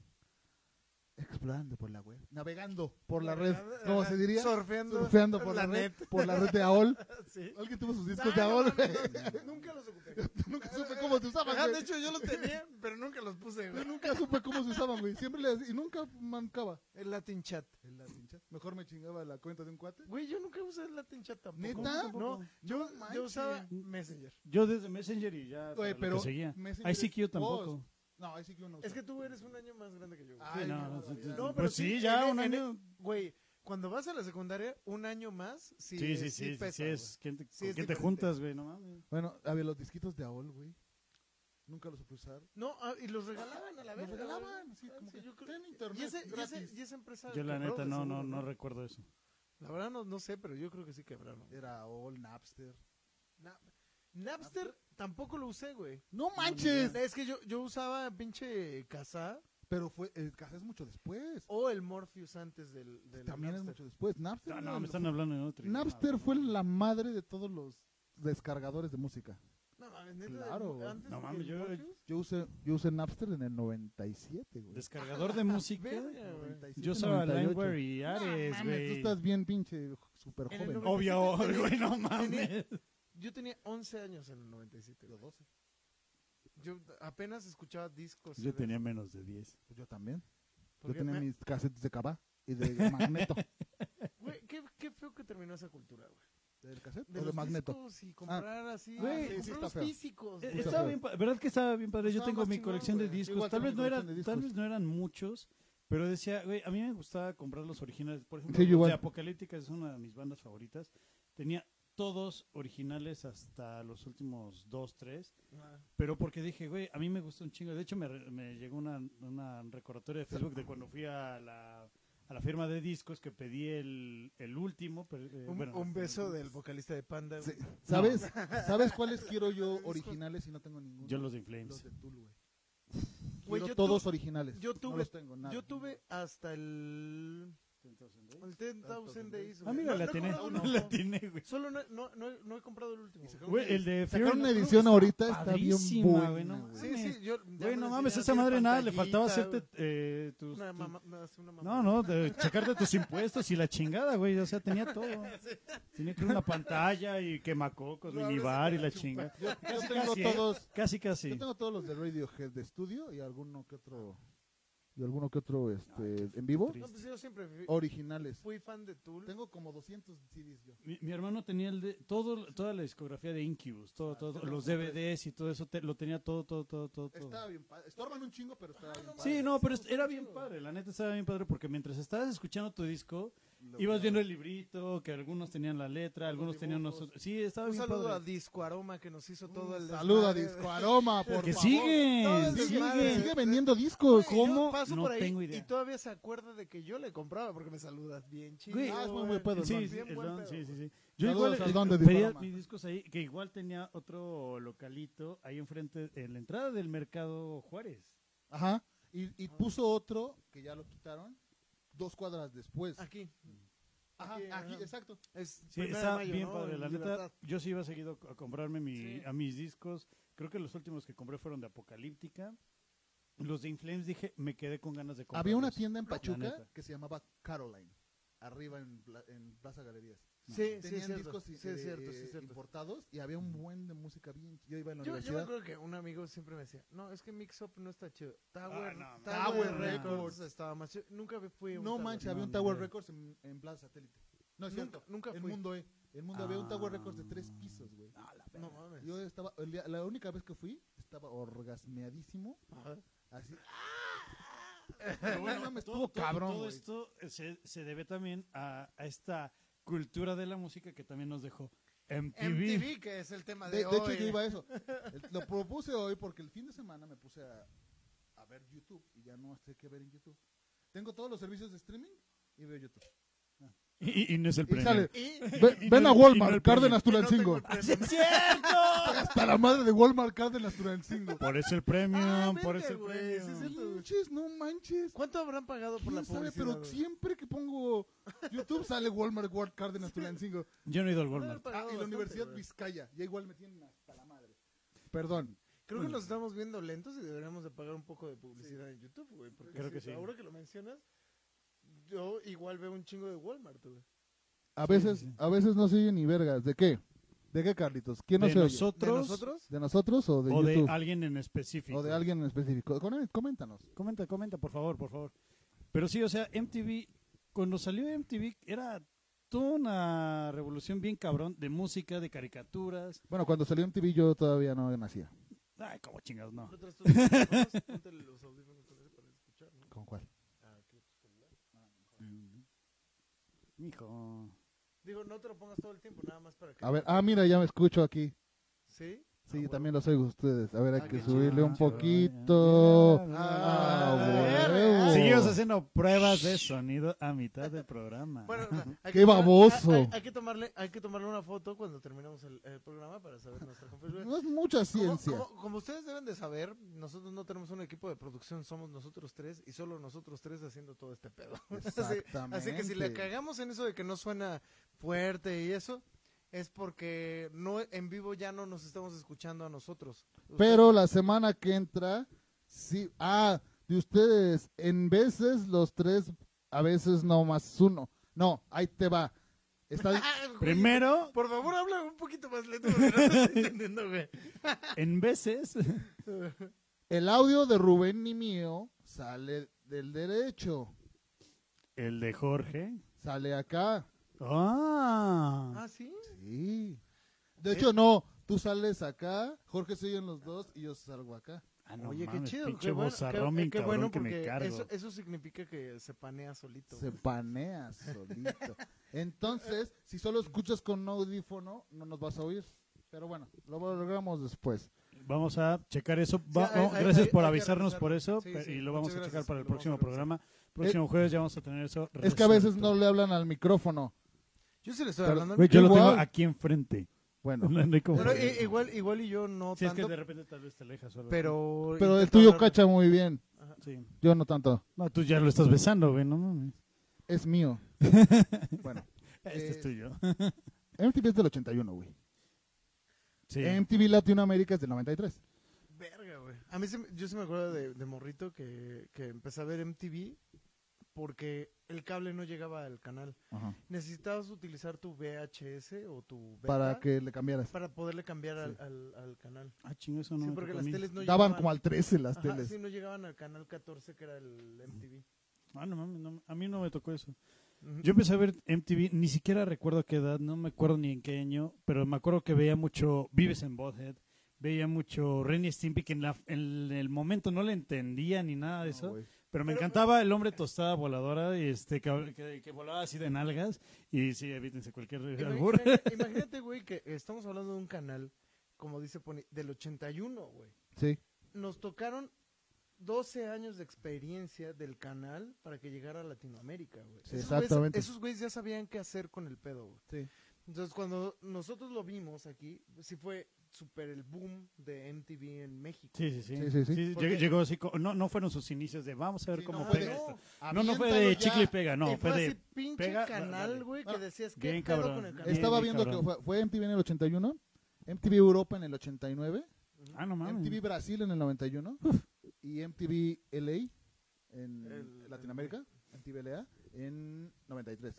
Explorando por la web. Navegando por la red.
Navegando,
¿Cómo
ajá,
se diría?
Surfeando,
Surfeando por la, red.
net.
Por la red de AOL.
[laughs] Sí.
Alguien tuvo sus discos
Ah,
de
no
AOL. güey.
mames, no, nunca los ocupé.
[laughs] Nunca supe cómo se usaban.
Ajá,
güey.
de hecho, yo
[laughs]
los tenía, pero nunca los puse,
Yo
güey.
nunca supe cómo se usaban, güey. Siempre le y nunca mancaba.
El Latin Chat.
El Latin Chat. Mejor me chingaba la cuenta de un cuate.
Güey, yo nunca usé el Latin Chat tampoco.
¿Neta?
No, Mm. yo,
manches.
yo usaba Messenger.
Yo desde Messenger y ya. para
Güey,
lo
pero
que seguía.
Messenger es-
ICQ tampoco.
Oh, no, ICQ no.
Es que
usaba.
tú eres un año más grande que yo. güey.
Ah, Ay,
Sí, no,
qué
no,
barbaridad.
no,
No, pero
pues
sí,
sí, ya
en-
un
en-
año.
Güey, cuando vas a la secundaria, un año más, sí,
Sí, sí, sí, sí,
pesa,
sí es. ¿Quién te,
Sí
con quién
es
te
diferente.
juntas, güey? No mames.
Bueno, había los disquitos de AOL, güey. Nunca los supe usar.
güey. No, ah, y los regalaban a la vez.
Los regalaban, así como que ten internet
Y, ese, y, ese,
gratis.
y esa empresa.
Yo la
quebró,
neta
de
no, no,
seguro,
no recuerdo eso.
La verdad no, no sé, pero yo creo que sí quebraron.
Era AOL, Napster.
Na- Napster tampoco lo usé, güey.
¡No manches!
Es que yo, yo usaba pinche Casa
Pero fue, el cassette es mucho después.
o el Morpheus antes del, del
Pues, También es
Napster.
mucho después. Napster.
No,
era
no, me
de
están
los-
hablando de otro.
Napster fue la madre de todos los descargadores de música.
No mames, neta,
Claro, güey.
antes
No
que
mames,
el
yo- eh,
Morpheus.
Yo usé, yo usé Napster en el 97, güey.
Descargador de música.
Verga, güey.
97,
Yo usaba
98.
Limeware y
No
Ares,
mames, Tú
güey.
estás bien pinche super
En el
joven.
noven-
Obvio,
Tenía-
[laughs] güey, no
tenía-
mames.
Yo tenía 11 años en el 97. güey. Yo apenas escuchaba discos.
Yo
CDs,
tenía menos de 10.
Pues yo también. Yo
porque
tenía
me-
mis cassettes de Cabá y de Magneto.
güey, qué, qué feo que terminó esa cultura, güey.
[laughs] ¿Del cassette?
De
o de
los
Magneto.
discos y comprar así.
Güey,
comprar
sí, sí está
los
feo.
físicos.
Eh,
güey.
Está
Estaba
feo.
bien, pa- ¿verdad que estaba bien padre? Yo
Estaba
tengo
más
mi
chingón,
colección de
güey.
discos.
Igual
tal
tengo
vez
mi
no eran,
colección de
tal
discos.
vez no eran muchos, pero decía, güey, a mí me gustaba comprar los originales. Por ejemplo,
Sí, yo
los
igual.
de Apocalíptica es una de mis bandas favoritas. Tenía todos originales hasta los últimos dos, tres.
Ah.
Pero porque dije, güey, a mí me gusta un chingo. De hecho, me, re- me llegó una, una recordatoria de Facebook de cuando fui a la, a la firma de discos que pedí el, el último. pero, eh,
Un,
bueno,
un beso del vocalista de Panda. güey.
Sí, ¿Sabes? [laughs] ¿Sabes cuáles quiero yo originales y no tengo ninguno?
Yo los de
Los
Inflames.
de Tool, güey.
Güey,
Quiero
yo
todos
tu-
originales.
yo
no
tuve-
los tengo, nada.
Yo tuve hasta el. El 10,000 Days.
Ah,
güey.
mira, la
No- no he
tiene.
comprado uno.
[laughs] La tiene, güey.
Solo no, no, no, he- no he comprado el último. güey.
Güey, el de Fear
Sacaron una
Creo que
edición
está
ahorita, está bien
padrísima,
buena.
güey, no
güey.
Sí, sí, yo. ya
Güey,
me
no
lo
mames,
enseñaron,
esa
tiene
madre nada, le
pantallita,
faltaba hacerte
güey.
eh, tus...
Una
tus-
mamá, no, hace una
No,
mamá.
no, de- checarte tus impuestos y la chingada, güey, o sea, tenía todo.
[laughs]
Tenía que una pantalla y quemacocos,
Lo abres y
minibar
te
y
la
la
chupa.
chingada.
[laughs] Yo, yo
Casi,
tengo
casi, ¿eh?
todos.
Casi, casi.
Yo tengo todos los de Radiohead de estudio y alguno que otro. Y alguno que otro este, en vivo.
triste.
No, pues yo siempre fui,
Oh.
Originales.
fui fan de Tool.
Tengo como 200 CDs yo.
Mi, mi hermano tenía el de, todo, toda la discografía de Incubus,
Ah,
todo, todo,
claro,
los
por
DVDs y todo eso, te- lo tenía todo, todo, todo, todo. todo.
Estaba bien padre. Estorban un chingo, pero
Ah,
estaba bien padre.
Sí, no, pero es- era bien padre, la neta estaba bien padre porque mientras estabas escuchando tu disco,
Lo
ibas
que-
viendo el librito, que algunos tenían la letra, algunos tenían
dibujos.
nosotros. Sí, estaba
Un
bien
saludo a
padre.
Disco Aroma que nos hizo todo el.
Saluda a
desmadre.
Disco Aroma, por
Que
favor.
Todo
siguen,
el desmadre.
siguen.
Sigue vendiendo discos.
Güey, yo
¿Cómo?
paso
No
por ahí
tengo idea.
Y todavía se acuerda de que yo le compraba porque me saludas bien chido.
Güey,
Ah, es muy
güey.
buen pedo,
Sí,
Don.
sí,
Bien
el
buen
Don,
pedo.
sí, sí, sí. Yo
Saludos
igual
al
eh,
Don de
pedía
Discorama.
mis discos ahí, que igual tenía otro localito ahí enfrente, en la entrada del mercado Juárez.
Ajá. Y, y puso otro, que ya lo quitaron, dos cuadras después.
Aquí.
Ajá,
aquí,
aquí,
ajá.
exacto.
Es
Sí,
primero de
está
mayo,
bien
¿no?
padre,
En
la neta.
libertad.
Yo sí iba seguido a comprarme mi,
Sí.
a mis discos. Creo que los últimos que compré fueron de Apocalíptica. Los de Inflames dije, me quedé con ganas de comprar.
Había una tienda en Pachuca
neta.
que se llamaba Caroline, arriba en, Pla- en Plaza Galerías.
Sí, sí, es
Tenían
cierto.
discos
Sí,
i-
es cierto,
eh,
sí, es cierto.
importados y había un buen de música bien. Yo iba en la
Yo, yo me
universidad.
acuerdo que un amigo siempre me decía, no, es que Mix Up no está chido.
Ah,
Tower,
no,
Tower,
Tower
Records,
Records.
estaba más chido. Nunca fui a un
no
Tower.
manches,
No,
había un
ni
Tower
idea.
Records en, en Plaza Satélite. No es
Nunca-
cierto.
nunca
el
fui.
mundo E. El mundo había un Tower
Ah.
Records de tres pisos, güey.
No mames.
Yo estaba, el día- la única vez que fui, estaba orgasmeadísimo.
Ajá. [laughs]
Así.
Pero
[laughs] No
bueno,
mames,
todo-
estuvo
todo-
cabrón,
Todo
güey.
esto eh, se, se debe también a, a esta cultura de la música que también nos dejó MTV.
MTV, que es el tema de,
De, de
hoy.
hecho, yo iba a eso. El- Lo propuse hoy porque el fin de semana me puse a, a ver YouTube y ya no sé qué ver en YouTube. Tengo todos los servicios de streaming y veo YouTube.
Y, y no es el
Y
premio.
sale,
[laughs] Y
"Ve-
y
ven
no-
a
y no
Walmart,
el premio.
Cárdenas
no tengo
Tulancingo.
el premio.
¡Sí es cierto!
Hasta la madre de Walmart, Cárdenas Tulancingo.
Por eso el premio,
Ah,
por
vete,
eso el
güey,
premio.
sí es cierto.
Manches, no manches.
¿Cuánto habrán pagado por la
¿Quién sabe?
publicidad?
Pero
güey?
siempre que pongo YouTube sale Walmart, Walmart
[laughs]
Cárdenas Tulancingo.
Yo no he ido al
¿Cuánto habrán
Walmart.
Ah,
pagado
y la
bastante,
Universidad
güey?
Vizcaya. Ya igual me tienen hasta la madre. Perdón.
Creo que nos estamos viendo lentos y deberíamos de pagar un poco de publicidad en YouTube, güey. Porque
Creo
sí,
que sí.
ahora que lo mencionas, yo igual veo un chingo de Walmart, güey.
A veces,
sí, sí.
a veces no se oye ni vergas. ¿De qué? ¿De qué, Carlitos? ¿Quién no
de
se oye?
nosotros,
¿De nosotros?
¿De nosotros o de
o de
YouTube?
alguien en específico.
o de alguien en específico. Con- Coméntanos.
Comenta, comenta, por favor, por favor. Pero sí, o sea, MTV, cuando salió MTV era toda una revolución bien cabrón de música, de caricaturas.
Bueno, cuando salió MTV yo todavía no nacía.
Ay, como chingados, no.
Nosotros [laughs] todos los audífonos, póntele los audífonos otra [laughs] vez para escuchar, ¿no?
¿Con cuál?
Ah, ok.
Mijo.
Digo, no te lo pongas todo el tiempo, nada más para que...
A ver, ah, mira, ya me escucho aquí.
¿Sí?
Sí,
Ah,
también los oigo ustedes. A ver, hay
Ah,
que
qué
subirle
chido,
un
chido.
poquito.
Ah,
Ah,
verga.
huevo.
Seguimos haciendo pruebas de sonido a mitad del programa.
Bueno, no, hay
¡Qué
que tomar-
baboso!
hay- hay- hay que tomarle, hay que tomarle una foto cuando terminemos el, el programa para saber nuestra confesión.
No es mucha
Como,
ciencia.
como- como ustedes deben de saber, nosotros no tenemos un equipo de producción, somos nosotros tres y solo nosotros tres haciendo todo este pedo. [laughs] Así,
Exactamente.
así que si le cagamos en eso de que no suena fuerte y eso, es porque no en vivo ya no nos estamos escuchando a nosotros. Ustedes-
Pero la semana que entra, sí. Ah, de ustedes, en veces los tres, a veces no más uno. No, ahí te va.
[laughs]
Está,
[laughs] Ah, güey,
Primero,
Por favor, habla un poquito más lento porque
[laughs]
no te estoy entendiendo, güey.
en veces, [laughs]
el audio de Rubén y mío sale del derecho.
el de Jorge.
Sale acá.
Ah,
Ah, ¿sí? Eh.
Sí. De hecho, no. Tú sales acá, Jorge se oyen los dos y yo salgo acá.
Ah, no
Oye,
mames,
qué chido.
Pinche
qué bueno,
bozarrón,
qué-
bien
qué
cabrón
bueno
que me
porque
cargo.
Eso, eh, eso significa que se panea solito.
Se panea solito. Entonces, si solo escuchas con un audífono, no nos vas a oír. Pero bueno, lo logramos después.
Vamos a checar eso. Va-
Sí, hay-
vamos-
hay-
gracias
hay-
por
hay que
avisarnos
revisar.
por eso
Sí,
pe-
sí,
y lo
muchas
vamos a
gracias,
checar para el
lo
próximo
vamos a revisar. Eh,
programa. Próximo jueves ya vamos a tener eso.
Es que a veces
resuelto.
no le hablan al micrófono.
Yo sí le estoy
Pero-
hablando.
Güey, yo lo
Igual.
tengo aquí enfrente. [laughs]
Bueno,
No, no hay como-
Bueno, i- igual, igual y yo no
si es que
tanto,
de repente tal vez te alejas o algo.
pero...
pero el
intento
tuyo
hablarle.
cacha muy bien.
Sí.
Yo no tanto.
No, tú ya lo estás besando, güey. No mames. [laughs]
Es mío. bueno,
Este
Eh,
es tuyo.
MTV es del 81, güey.
[laughs] Sí.
MTV Latinoamérica es del 93.
Verga, güey. A mí sí me- yo sí me acuerdo de, de morrito que, que empecé a ver MTV porque el cable no llegaba al canal.
Ajá.
Necesitabas utilizar tu VHS o tu beta
Para que le cambiaras.
para poderle cambiar al,
Sí.
al- al canal.
Ah, chingo, eso no
sí,
me
porque
tocó a
las
mí.
teles no
Daban
llegaban.
como al 13 las
Ajá,
teles.
sí, no llegaban al canal 14 que era el MTV.
Ah, no mames, no- a mí no me tocó eso.
Ujú.
Yo empecé a ver MTV, ni siquiera recuerdo a qué edad, no me acuerdo ni en qué año, pero me acuerdo que veía mucho Vives en Bothead, veía mucho Ren y Stimpy, que en, la- en el momento no le entendía ni nada de
No,
eso,
güey.
pero me
Pero-
encantaba el hombre tostada voladora, y este que, que- que volaba así de nalgas, y sí, evítense cualquier
Imag-
albur. [laughs]
imag- Imagínate, güey, que estamos hablando de un canal, como dice Pony, del 81, güey.
Sí.
Nos tocaron 12 años de experiencia del canal para que llegara a Latinoamérica, güey.
Sí,
Esos güeyes-
exactamente.
Esos güeyes ya sabían qué hacer con el pedo, güey.
Sí.
Entonces, cuando nosotros lo vimos aquí, sí fue súper el boom de MTV en México.
Sí, sí, sí.
Sí, sí, sí.
Sí,
Porque-
lleg- llegó así, co- no, no fueron sus inicios de vamos a ver
Sí,
cómo
no,
pega
de-
esto. No, no fue de
Aviéntalo ya.
chicle y pega, no,
Y
fue
así
de...
pinche
pega, dale.
canal, güey, que
Ah,
decías que
bien
pedo
cabrón. Este
con el canal.
Estaba
bien,
viendo
cabrón.
que fue, fue MTV en el 81, MTV Europa en el 89,
Ah, no mames.
MTV Brasil en el 91 y MTV LA en
El-
Latinoamérica, MTV LA en 93.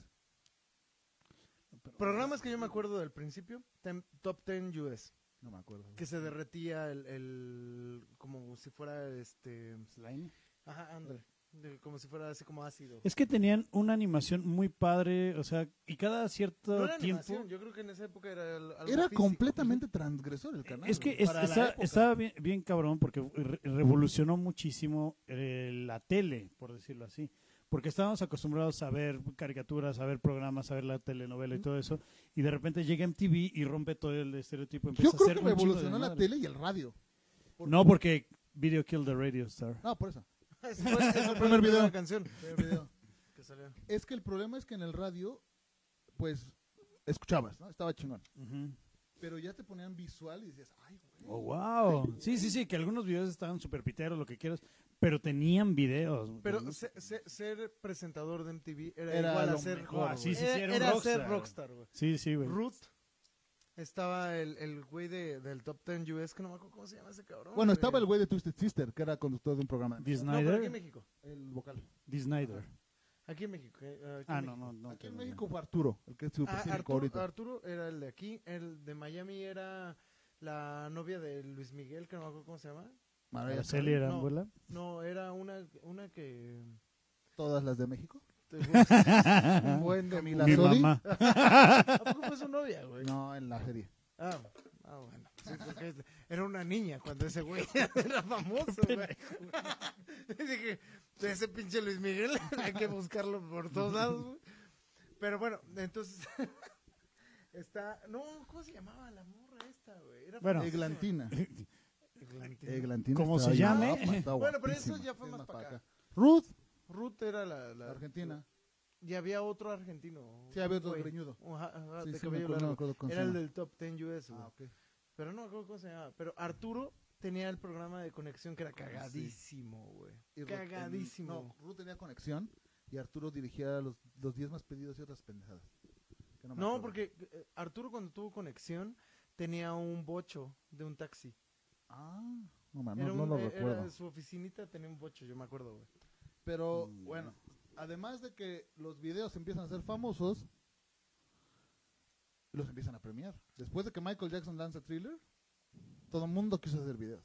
Programas que yo me acuerdo del principio, tem- Top 10 US.
No me acuerdo.
que se derretía el, el- como si fuera este ajá ándale De- como si fuera así como ácido
Es que tenían una animación muy padre, o sea, y cada cierto
no era
tiempo...
animación, yo creo que en esa época era al- algo
Era
físico. [laughs]
completamente transgresor el canal.
Es que
güey.
es-
para la
está-
época.
estaba bien, bien cabrón porque re- revolucionó muchísimo eh, la tele, por decirlo así. Porque estábamos acostumbrados a ver caricaturas, a ver programas, a ver la telenovela y todo eso. Y de repente llega MTV y rompe todo el estereotipo.
Yo
Empieza a
creo
hacer
que
un chingo de
revolucionó la
madre.
tele y el radio.
No, porque Video Killed the Radio Star.
No, por eso.
Eso fue, eso fue la
Primer
primera
video.
canción que salió.
Es que el problema es que en el radio, pues, escuchabas, ¿no? Estaba chingón.
Ujú.
Pero ya te ponían visual y decías, ay, güey.
Oh, wow. Sí, sí, sí, que algunos videos estaban súper piteros, lo que quieras, pero tenían videos.
pero
¿no?
se- se- ser presentador de MTV era,
Era
igual a
lo
ser
mejor,
Ah, sí, sí, sí,
era,
era un
era
rockstar.
ser rockstar güey.
Sí, sí, güey.
Ruth Estaba el, el güey de, del Top Ten US, que no me acuerdo cómo se llama ese cabrón.
Bueno, estaba el güey de Twisted Sister, que era conductor de un programa.
Dee
No, pero aquí en
Snyder.
México.
El vocal.
Dee Snyder.
Aquí en México. eh, eh, aquí en
Ah,
México.
no, no, no.
Aquí
te
en
lo
México fue Arturo, el que es súper
pues,
Ah,
cínico
Arturo,
ahorita.
Arturo era el de aquí, el de Miami era la novia de Luis Miguel, que no me acuerdo cómo se llama.
digo.
Mariah
Araceli
no.
Arámbula.
No, era una, una que...
Carey, Todas las de México.
[laughs]
te gusta. Un buen de
Camila ¿La Ah,
Mi
Sodi?
mamá.
¿A poco fue su novia, güey?
No, en la serie.
Ah, ah, bueno. Sí, porque es- era una niña cuando ese güey [laughs] era famoso, güey. Y [laughs] Dije, de ese pinche Luis Miguel [laughs] hay que buscarlo por todos lados, güey. Pero bueno, entonces [laughs] está... No, ¿cómo se llamaba la morra esta, güey? Era
Bueno. No. [laughs]
Eglantina.
Eglantina.
Eglantina.
¿Cómo
está
se
bien
llame?
guapa, está
Bueno, pero eso
guapísima.
ya fue
Es
más para acá.
Ruth,
Ruth era la,
la
la-
Argentina.
Y había otro argentino.
Sí, había otro
güey.
greñudo.
Ajá, ajá,
Sí,
de
sí, me
cabello
acuerdo, no me
largo.
acuerdo con
Era
su
el
nombre.
del Top Ten US, güey.
Ah, ok.
Pero no me acuerdo cómo se llamaba. Pero Arturo tenía el programa de conexión que era cagadísimo, güey.
Ah, Y Ruth en-
Cagadísimo.
no, Ruth tenía conexión y Arturo dirigía los, los 10 más pedidos y otras pendejadas. Que me
no,
acuerdo.
porque eh, Arturo cuando tuvo conexión tenía un bocho de un taxi.
Ah, no, man, no,
Era
no
un-
lo
eh, era
recuerdo.
su oficinita tenía un bocho, yo me acuerdo, güey.
Pero
Mm.
bueno, además de que los videos empiezan a ser famosos, los empiezan a premiar. Después de que Michael Jackson lanza Thriller, todo el mundo quiso hacer videos.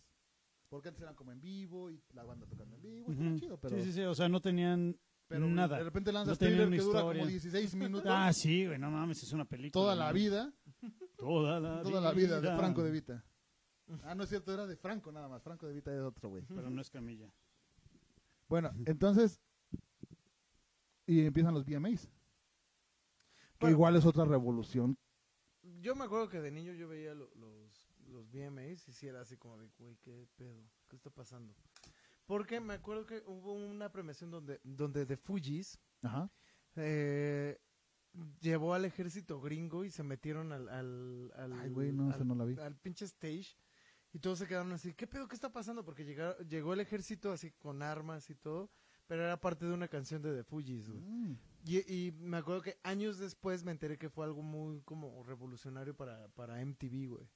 Porque antes eran como en vivo y la banda tocando en vivo, y estaba
Ujú.
chido, pero,
Sí, sí, sí. O sea, no tenían
pero
nada.
de repente lanzas
No tenía
Thriller
una
que dura
historia. [laughs]
como 16 minutos,
Ah, sí, güey. No mames, es una película.
toda la
¿no?
vida,
Toda la vida.
toda la vida de Franco de Vita. Ah, no es cierto, era de Franco nada más, Franco de Vita es otro güey.
Pero no es Camilla.
Bueno, entonces, y empiezan los VMAs. Que
Bueno.
igual es otra revolución
Yo me acuerdo que de niño yo veía lo- los, los VMAs y sí era así como de, güey, qué pedo, qué está pasando. Porque me acuerdo que hubo una premiación donde, donde The Fujis
Ajá.
eh, llevó al ejército gringo y se metieron al, al, al,
Ay, güey, no, esa
al-
no la vi.
al pinche stage y todos se quedaron así, ¿qué pedo, qué está pasando? Porque llegaron- llegó el ejército así con armas y todo, pero era parte de una canción de The Fujis, güey. Y, y me acuerdo que años después me enteré que fue algo muy como revolucionario para, para MTV, güey.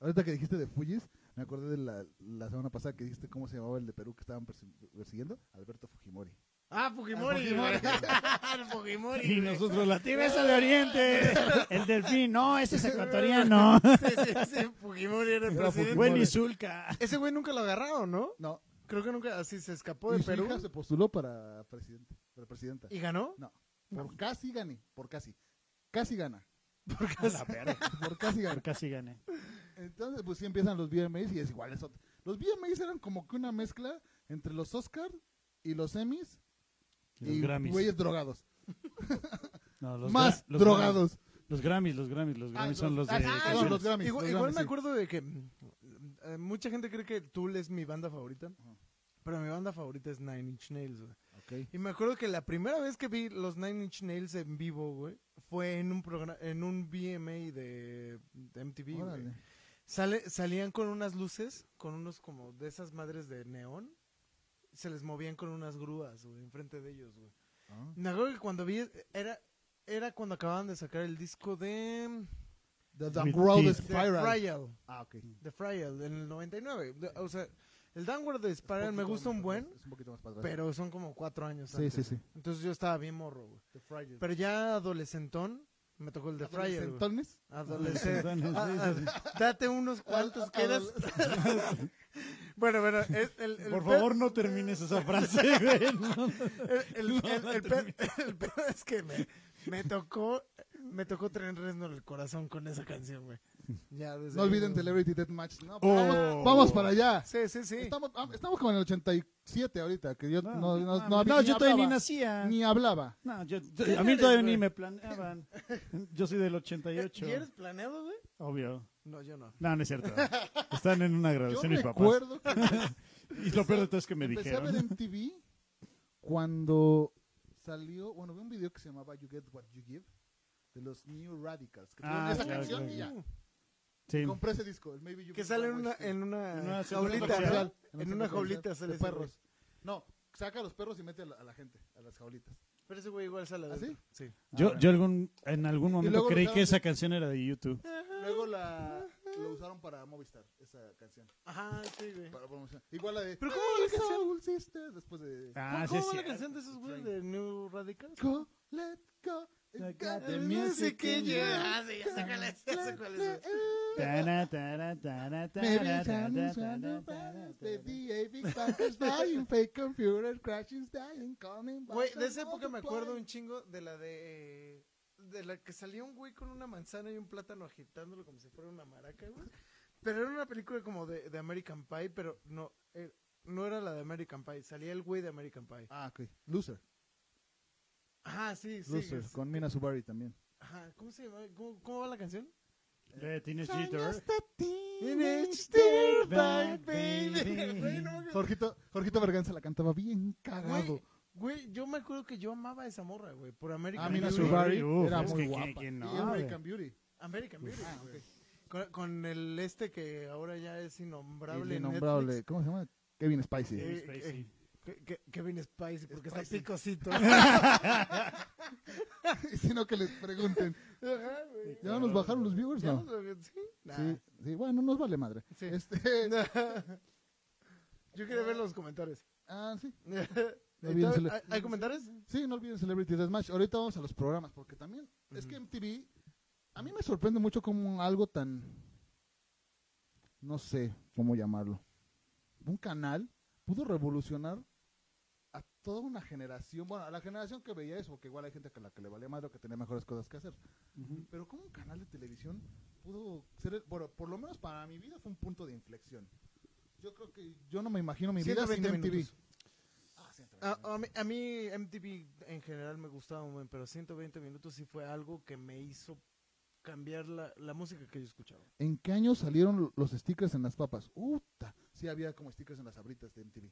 Ahorita que dijiste de Fujis, me acordé de la, la semana pasada que dijiste cómo se llamaba el de Perú que estaban persi- persiguiendo, Alberto Fujimori.
Ah, Fujimori.
Fujimori.
güey. El Ah, [laughs] Fujimori.
Y
güey.
nosotros la tira esa de
[laughs]
Oriente. El delfín, no, ese es ecuatoriano.
Sí, sí, sí, Fujimori era el
Era
presidente.
Fujimori.
Wendy Zulka.
[laughs]
Ese güey nunca lo agarraron, ¿no?
No,
Creo que nunca así se escapó
y
de
su
Perú
hija se postuló para presidente, para presidenta.
y ganó.
No, por casi gané, por casi. Casi gana,
A la verga.
por casi gana.
[laughs]
Pero casi gané.
Entonces, pues sí empiezan los VMAs y es igual eso. Los VMAs eran como que una mezcla entre los Oscars y los Emmys
Los
y
Grammys.
güeyes drogados.
No, los
Más
gra- los
drogados.
Grammys. Los Grammys, los Grammys, los Grammys son los
los-
de.
ah,
Ah,
Perdón,
sí.
canciones.
los Grammys,
Igual,
los
igual
Grammys,
me
sí.
acuerdo de que mm, eh, mucha gente cree que Tool es mi banda favorita, pero mi banda favorita es Nine Inch Nails, güey.
Ok.
Y me acuerdo que la primera vez que vi los Nine Inch Nails en vivo, güey, fue en un programa, en un VMA de, de MTV, güey.
Órale.
Sale, salían con unas luces, con unos como de esas madres de neón. Se les movían con unas grúas, güey, enfrente de ellos, güey.
Ah.
Me acuerdo que cuando vi, era, era cuando acababan de sacar el disco de...
The,
With
Downward
Teeth.
The Mm.
Spiral.
Frial.
Ah, ok.
The Frial, en el 99. De- o sea, el Downward Spiral me
poquito
gusta un
más-
buen,
Es un poquito más para atrás.
pero son como cuatro años
Sí,
antes,
sí, sí.
güey. Entonces yo estaba bien morro, güey.
The Friar.
Pero ya adolescentón, me tocó el The Frial, güey.
¿Adolescentones?
Adolescente.
[laughs] Adolescentes,
Ah, ah, Date unos cuantos quedas. Bueno, bueno, es el, el
Por
pe-
favor, no termines esa frase, güey. No, no.
El, el, el- el pe- [laughs] el pedo es que me, me tocó me tocó Tren Reznor el corazón con esa canción, güey. Ya desde
No olviden
ahí, güey.
Celebrity Deathmatch. No,
Oh.
vamos, vamos para allá.
Sí, sí, ¿Eh, sí.
Estamos, ah, estamos como en el 87 ahorita, que
Ah,
yo no, no, no,
mames.
había-
No, yo todavía ni
hablaba,
nacía.
Ni hablaba.
No, yo,
¿Quién
a mí
eres,
todavía
güey?
ni me planeaban. Yo soy del 88.
¿Y eres planeado, güey?
Obvio.
No, yo no.
No, no es cierto. Están en una
Yo
graduación mis papás.
recuerdo que empecé-
Y lo peor de todo es que me
empecé a ver
dijeron.
MTV cuando salió, bueno, vi un video que se llamaba You Get What You Give de los New Radicals. Que tuvieron
Ah,
esa
claro,
canción
claro,
y ya. Este,
Sí.
Compré ese disco, el Maybe You
Que
Can
sale en
Always
una,
Be.
en una
una
jaulita,
centro
¿verdad?
comercial.
En una jaulita sale
de
ese
perros.
güey.
No, saca a los perros y mete a la, a la gente, a las jaulitas.
Pero ese güey igual sale
¿Ah,
adentro. Sí.
Yo, yo algún, en algún momento
luego
creí
dejaron
que
de-
esa canción era de YouTube.
Luego la, la lo usaron para Movistar, esa canción.
Ajá, sí, güey.
Para promoción. Igual la de
Pero ¿cómo va la canción?
Soul Sister, este", después de
Ah, sí,
¿Cómo
es
va la
cierto.
canción de esos güeyes de New Radicals?
Go, let go.
The got the
Let
music in you.
Ah, sí, ya sé cuál es, ya sé cuál es.
Tara, tara, tara,
Maybe
tara,
time
tara,
is when
tara,
the
tara,
balance,
tara.
baby, a big back [laughs] is dying, fake computer crashes, dying, coming back
Güey, de
and
esa época me
multiplying.
acuerdo un chingo de la de. De la que salía un güey con una manzana y un plátano agitándolo como si fuera una maraca, güey. Pero era una película como de, de American Pie, pero no. eh, no era la de American Pie, salía el güey de American Pie.
Ah, ok. Loser.
Ajá, Ah, sí, sí.
Loser,
es-
con Mina Subari también.
Ajá, ¿cómo se llama? ¿Cómo, cómo va la canción?
De Teenage Jeter.
Back,
baby.
Güey, no, mames.
Jorgito, Jorgito Berganza la cantaba bien cagado.
Güey, güey, yo me acuerdo que yo amaba a esa morra, güey, por American
Ah, Mina
Beauty.
Subar- Subaru
Uf,
era
es
muy
que
guapa.
quién- quién
Y
no,
American Beauty.
American Beauty.
Ah,
güey.
ok.
Con, con el este que ahora ya es
El
innombrable. en
innombrable. ¿Cómo se llama? Kevin Spacey.
Eh,
[laughs]
Kevin Spacey.
Netflix. Ke- Ke- Kevin Spacey, porque está
Spacey. [laughs]
picosito.
sino que les pregunten.
Ajá, güey.
¿Ya nos bajaron los viewers?
Ya
No.
nos- ¿Sí? Nah.
Sí, sí, bueno, nos vale madre.
Sí.
Este,
[laughs] Yo quería ver los
[laughs]
comentarios.
ah, sí.
Entonces,
le-
¿Hay, hay comentarios?
Sí, no olviden Celebrity Deathmatch. Ahorita vamos a los programas, porque también es que MTV, a mí me sorprende mucho como algo tan, no sé cómo llamarlo, un canal pudo revolucionar a toda una generación, bueno, a la generación que veía eso, porque igual hay gente que a la que le valía madre o que tenía mejores cosas que hacer,
eh,
pero como un canal de televisión pudo ser, el- bueno, por lo menos para mi vida fue un punto de inflexión. Yo creo que yo no me imagino mi vida sin
120
MTV.
minutos.
Ah, 120
A, a mí, a mí MTV en general me gustaba un buen, pero 120 minutos sí fue algo que me hizo cambiar la, la música que yo escuchaba.
¿En qué año salieron los stickers en las papas? Uta, sí había como stickers en las abritas de MTV.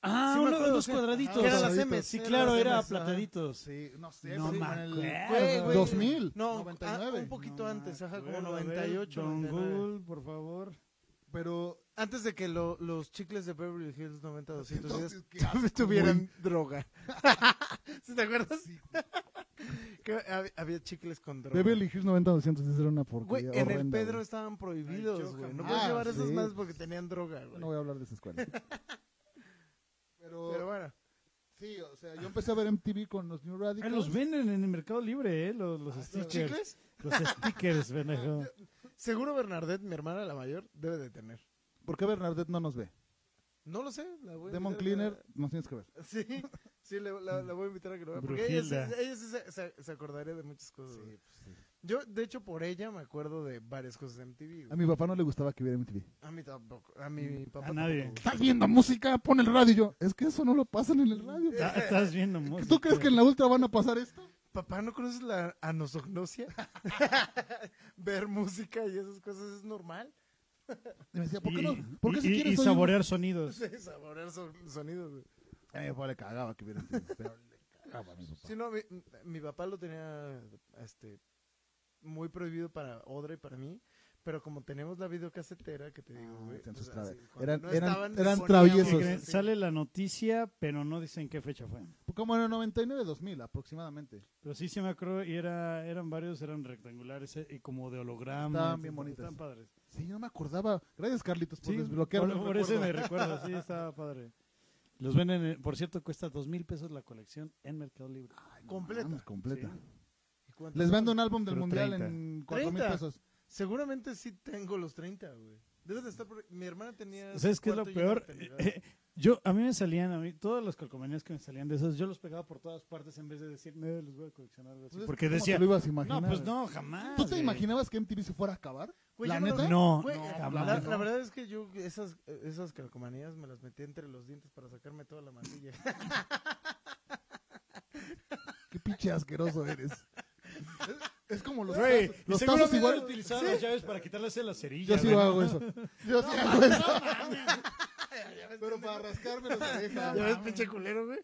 Ah,
Sí me
uno de
acuerdo,
los
sí.
cuadraditos.
Que eran las
Cuadraditos.
M's.
Sí,
eran
claro,
las
era
M's, ajá.
plataditos.
Sí, no sé,
No
pero
me
en el
acuerdo.
Eh, Güey, güey.
2000.
No,
99.
ah, un poquito
No me
antes, ajá, como
acuerdo. A ver,
98,
Don
99.
Google, por favor.
Pero
Antes de que lo- los chicles de Beverly Hills 90 200 días
Entonces, qué asco,
tuvieran droga. [laughs] ¿Sí te acuerdas?
sí,
[laughs] Que hab- había chicles con droga.
Beverly Hills 90200 era una
Güey,
porquería
en el
horrenda,
Pedro
güey.
estaban
Ay, yo
prohibidos, güey. No
jamás.
podías
Ah,
llevar esas
sí.
más porque tenían droga, güey.
No voy a hablar de esa escuela. pero,
Pero bueno.
sí, o sea, yo empecé a ver MTV con los New
Ah,
Radicals.
los venden en el Mercado Libre, ¿eh? Los, los
¿Los
stickers.
chicles?
Los stickers,
[laughs]
pendejo.
Seguro Bernadette, mi hermana la mayor, debe de tener.
¿Por qué Bernadette no nos ve?
No lo sé. La voy a
Demon
invitar a
Cleaner,
que
nos tienes que ver.
la- Sí, sí, le- la, la voy a invitar a que lo vea. Porque ella, sí-
Brujilda.
ella sí se, se- se acordaría de muchas cosas. güey. Yo, de hecho, por ella me acuerdo de varias cosas de MTV. güey.
A mi papá no le gustaba que viera MTV.
A mí tampoco. A mi papá.
Mm, A nadie.
tampoco,
¿Estás viendo música? Pon el radio. Y Yo, es que eso no lo pasan en el radio.
Ta- Estás viendo música.
¿Tú crees que en la ultra van a pasar esto?
güey. Papá, ¿no conoces la
[laughs]
anosognosia? [laughs] Ver música y esas cosas es normal. [laughs]
Y me decía, ¿por qué
Y-
no? ¿Por qué
y-
si
y-
quieres
y
oír-
saborear sonidos.
Sí, saborear son- sonidos. güey.
A mi papá le cagaba que hubiera tenido, pero le cagaba a mi papá.
Sí, no, mi, mi papá lo tenía este, muy prohibido para Odra y para mí. Pero como tenemos la videocasetera, que te digo,
Ah,
güey.
entonces
pues,
trave-
así, cuando
eran-
no
eran-
estaban,
eran
poníamos
traviesos.
¿Qué
Sí,
creen?
así.
Sale la noticia, pero no dicen qué fecha fue.
Como en el 99-2000 aproximadamente.
Pero sí se me acuerdo y era, eran varios, eran rectangulares eh, y como de hologramas.
Estaban bien
entonces,
bonitas.
Estaban padres.
Sí, no me acordaba. Gracias, Carlitos, por
Sí,
desbloquearme.
por,
el
por ese me
recuerdo.
recuerdo, [laughs] sí, estaba padre. Los venden, en- por cierto, cuesta dos mil pesos la colección en Mercado Libre.
Ay, no
Completa.
mames, completa.
Sí.
¿Y cuántos
Les vendo
son?
un álbum del
Pero
mundial
30.
en 4 mil
¿30?
pesos.
Seguramente sí tengo los 30, güey. Debes de estar. por- Mi hermana tenía.
¿Sabes
su
qué es lo
cuarto lleno de
peor? Eh,
pendejadas.
Yo, a mí me salían, a mí, todas las calcomanías que me salían de esas, yo los pegaba por todas partes en vez de decir, no, los voy a coleccionar. algo así".
Pues es
Porque
que, ¿cómo
decía,
te lo ibas a imaginar?
no, pues no, jamás.
¿Tú te
güey".
imaginabas que MTV se fuera a acabar?
Güey,
¿La
yo me lo-
neta?
No,
Güey,
no,
eh,
jamás.
la,
no.
la verdad es que yo esas, esas calcomanías me las metí entre los dientes para sacarme toda la [laughs] mantilla.
Qué pinche asqueroso eres. Es- Es como los
Güey,
tazos.
y
Los tazos
seguramente
igual.
utilizaban las llaves para quitarles la cerilla.
Yo sí
güey.
hago eso. Yo sí hago eso. Pero para rascarme las
¿Ya
orejas.
ves, pinche culero, güey?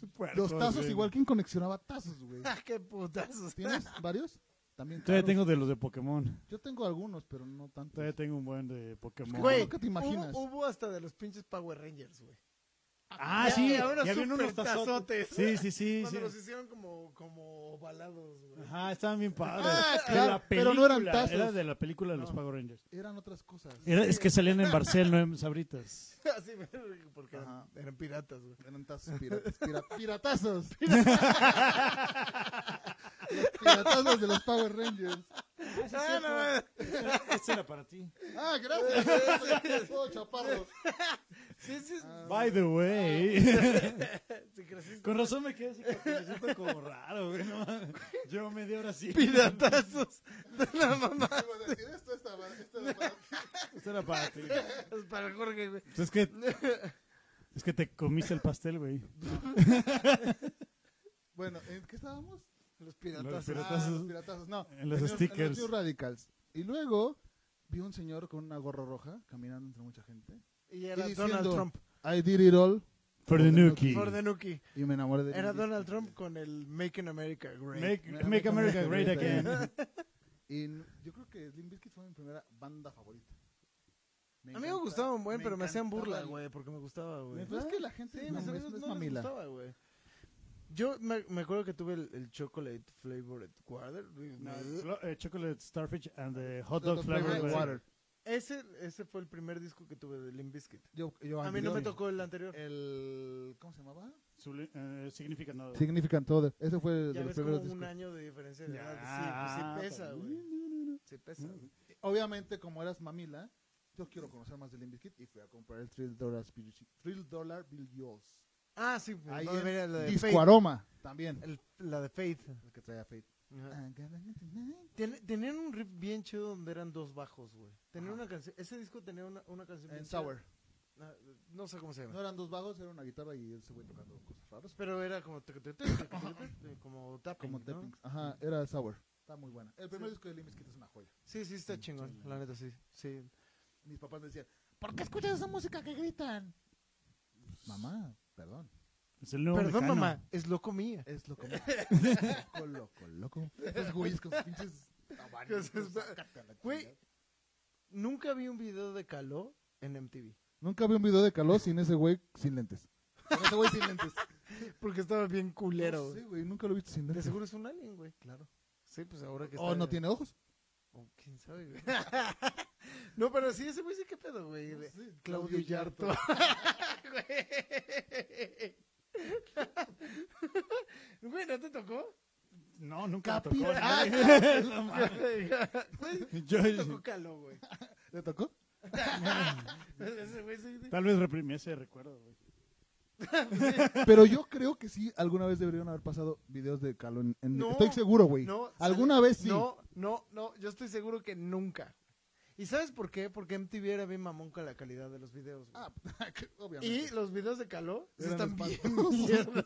Los
Puercos,
tazos
güey.
igual. ¿Quién coleccionaba tazos, güey?
[laughs] Ah, ¡Qué putazos! [laughs]
¿Tienes varios? También
Todavía
caros.
tengo de los de Pokémon.
Yo tengo algunos, pero no tantos.
Todavía tengo un buen de Pokémon.
Güey,
¿qué te imaginas?
Hubo, hubo hasta de los pinches Power Rangers, güey.
Ah,
Ya,
sí,
ya, unos
y habían unos
supertazotes.
tazotes. Sí, sí, sí.
Cuando
sí.
los hicieron como, como ovalados, güey.
Ajá, estaban bien padres.
Ah,
De
claro,
la
pero no eran
película,
tazos.
Era de la película de los
No.
Power Rangers.
Eran otras cosas.
Era, es que salían en Barcel, no en Sabritas.
[laughs] Así, porque eran,
Ajá.
eran piratas, güey.
Eran tazos piratas.
[laughs]
pira- piratazos. Los piratazos de los Power Rangers.
Ah, no, mames.
Este era para ti.
Ah,
[laughs]
gracias. Todo chaparro.
sí, sí,
By the way.
sí, creciste.
Ah. Con razón me quedé así, porque me siento como raro, güey. no mames. Yo media hora así.
Piratazos. No, mamá.
Iba a decir, esto está mal, esto era para-
Este era para ti.
Es para Jorge, güey.
Pues es que. Es que te comiste el pastel, güey.
Bueno, ¿en qué estábamos?
Los
Los
piratazos.
Ah,
piratazos.
los piratazos, no.
En los stickers.
New Radicals. Y luego vi un señor con una gorra roja caminando entre mucha gente.
Y era
Y diciendo-
Donald Trump.
I did it all.
For the Nuki.
For the Nuki.
Y me enamoré de él.
Era Donald Trump con el Make in America Great.
Make, make America great again.
[laughs] Y n- yo creo que Slim Biscuit fue mi primera banda favorita.
A mí me gustaba un buen, pero me hacían burla,
encantaban.
güey, porque me gustaba, güey. Ah,
Me- Pues es que la gente
Sí,
no,
mis
es-
amigos
es
no les
mamila.
gustaba, güey. Yo me, me acuerdo que tuve el, el chocolate flavored water.
No, flo- eh, chocolate starfish and the hot
Dog
dog
flavored
flavor. güey.
water.
Ese, ese fue el primer disco que tuve de Limp Bizkit.
Yo, yo
A mí
antes-
no me
yo-
tocó el anterior.
El. ¿Cómo se llamaba?
Su- eh, significa no.
Significant Other. Ese fue el
Ya
de los
ves como
primeros
un
discos.
año de diferencia de
Ya,
edad. Sí, pues sí pesa,
también.
güey. Sí pesa,
Mm.
güey.
Obviamente, como eras mamila, yo quiero conocer más de Limp Bizkit y fui a comprar el Thrill Dollar Bill, Thrill Dollar Bill Yours.
Ah, sí, pues,
Ahí
no,
en
mira, la de
Disco
Faith.
Aroma también.
El- la de Faith.
El que traía Fate.
Ajá. Ten- tenían un riff bien chido donde eran dos bajos, güey. Tenían
Ajá.
una canción. Ese disco tenía una, una canción.
En
bien chida.
Sour.
Ah, No sé cómo se
No
llama.
eran dos vagos, era una guitarra y ese güey tocando cosas raras.
Pero era como. tuc, tuc, tuc, tuc, tuc, tuc, Como tapping.
Como
¿no?
Tappings. Ajá, era Sour. Está muy buena. El primer
Sí.
disco de Limp Bizkit es una joya.
Sí, sí, está chingón. La neta, sí. sí.
Mis papás me decían, ¿por qué escuchas esa música que gritan? Mamá, perdón.
Es el nuevo
Perdón,
Mecano.
mamá. Es loco mía.
Es loco. loco,
[laughs]
loco, loco. Esos güeyes con sus pinches abanicos,
Con sus-
sácate a la
Güey.
chingada.
Nunca vi un video de Caló en MTV.
Nunca vi un video de Caló sin ese güey sin lentes. Con ese güey sin lentes.
Porque estaba bien culero.
No sé,
güey.
güey, nunca lo he visto sin
De
lentes.
seguro es un alien, güey. Claro. Sí, pues ahora que
O no tiene ojos.
o quién sabe, güey. [laughs] no, pero sí, ese güey sí, qué pedo, güey. De- Claudio Yarto. [laughs] Güey. Güey, ¿no te tocó?
No, nunca me tocó.
Capira. Ah,
No mames. [laughs]
Güey,
Yo-
te tocó Caló, güey.
[laughs] ¿Le tocó?
Ese güey sí. sí.
Tal vez reprimí ese recuerdo, güey.
Pero yo creo que sí, alguna vez deberían haber pasado videos de Caló en, en-
No,
Estoy seguro, güey.
No,
alguna
sale-
vez sí.
No, no, no, yo estoy seguro que nunca. ¿Y sabes por qué? Porque MTV era bien mamón con la calidad de los videos. güey.
Ah, [laughs] obviamente.
y los videos de Caló sí
Eran
están bien
espantosos.
[laughs] mierda.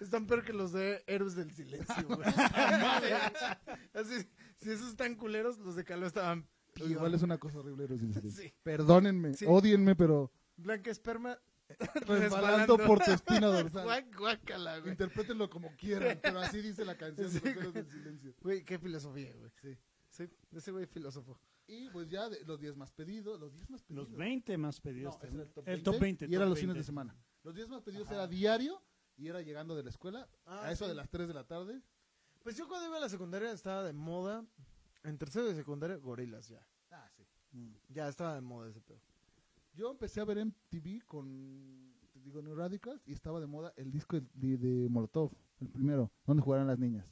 Están peor que los de Héroes del Silencio, güey. [laughs] Así, si esos están culeros, los de Caló estaban peor.
Pues Igual es una cosa horrible. Héroes del Silencio.
Sí.
Perdónenme,
Sí.
odienme, pero
Blanca Esperma [laughs]
resbalando Pues por tu espina dorsal.
Guac- guácala, güey.
Interprétenlo como
[laughs]
quieran, pero así dice la canción de
Sí,
los Héroes
güey.
del Silencio.
Güey, qué filosofía, güey.
Sí.
Sí, ese güey es filósofo.
Y pues ya de- los 10 más pedidos, los 10 más pedidos.
Los 20 más pedidos.
No, ese era
también. el top 20.
Y era
top
los fines de
20.
semana. Los 10 más pedidos
Ajá.
era diario y era llegando de la escuela
Ah,
a eso
sí.
de las 3 de la tarde.
Pues yo cuando iba a la secundaria estaba de moda. En tercero de secundaria, gorilas ya.
Ah, sí.
Ya estaba de moda ese pedo.
Yo empecé a ver MTV con, te digo, New Radicals y estaba de moda el disco de, de Molotov, el primero, donde jugaran las niñas.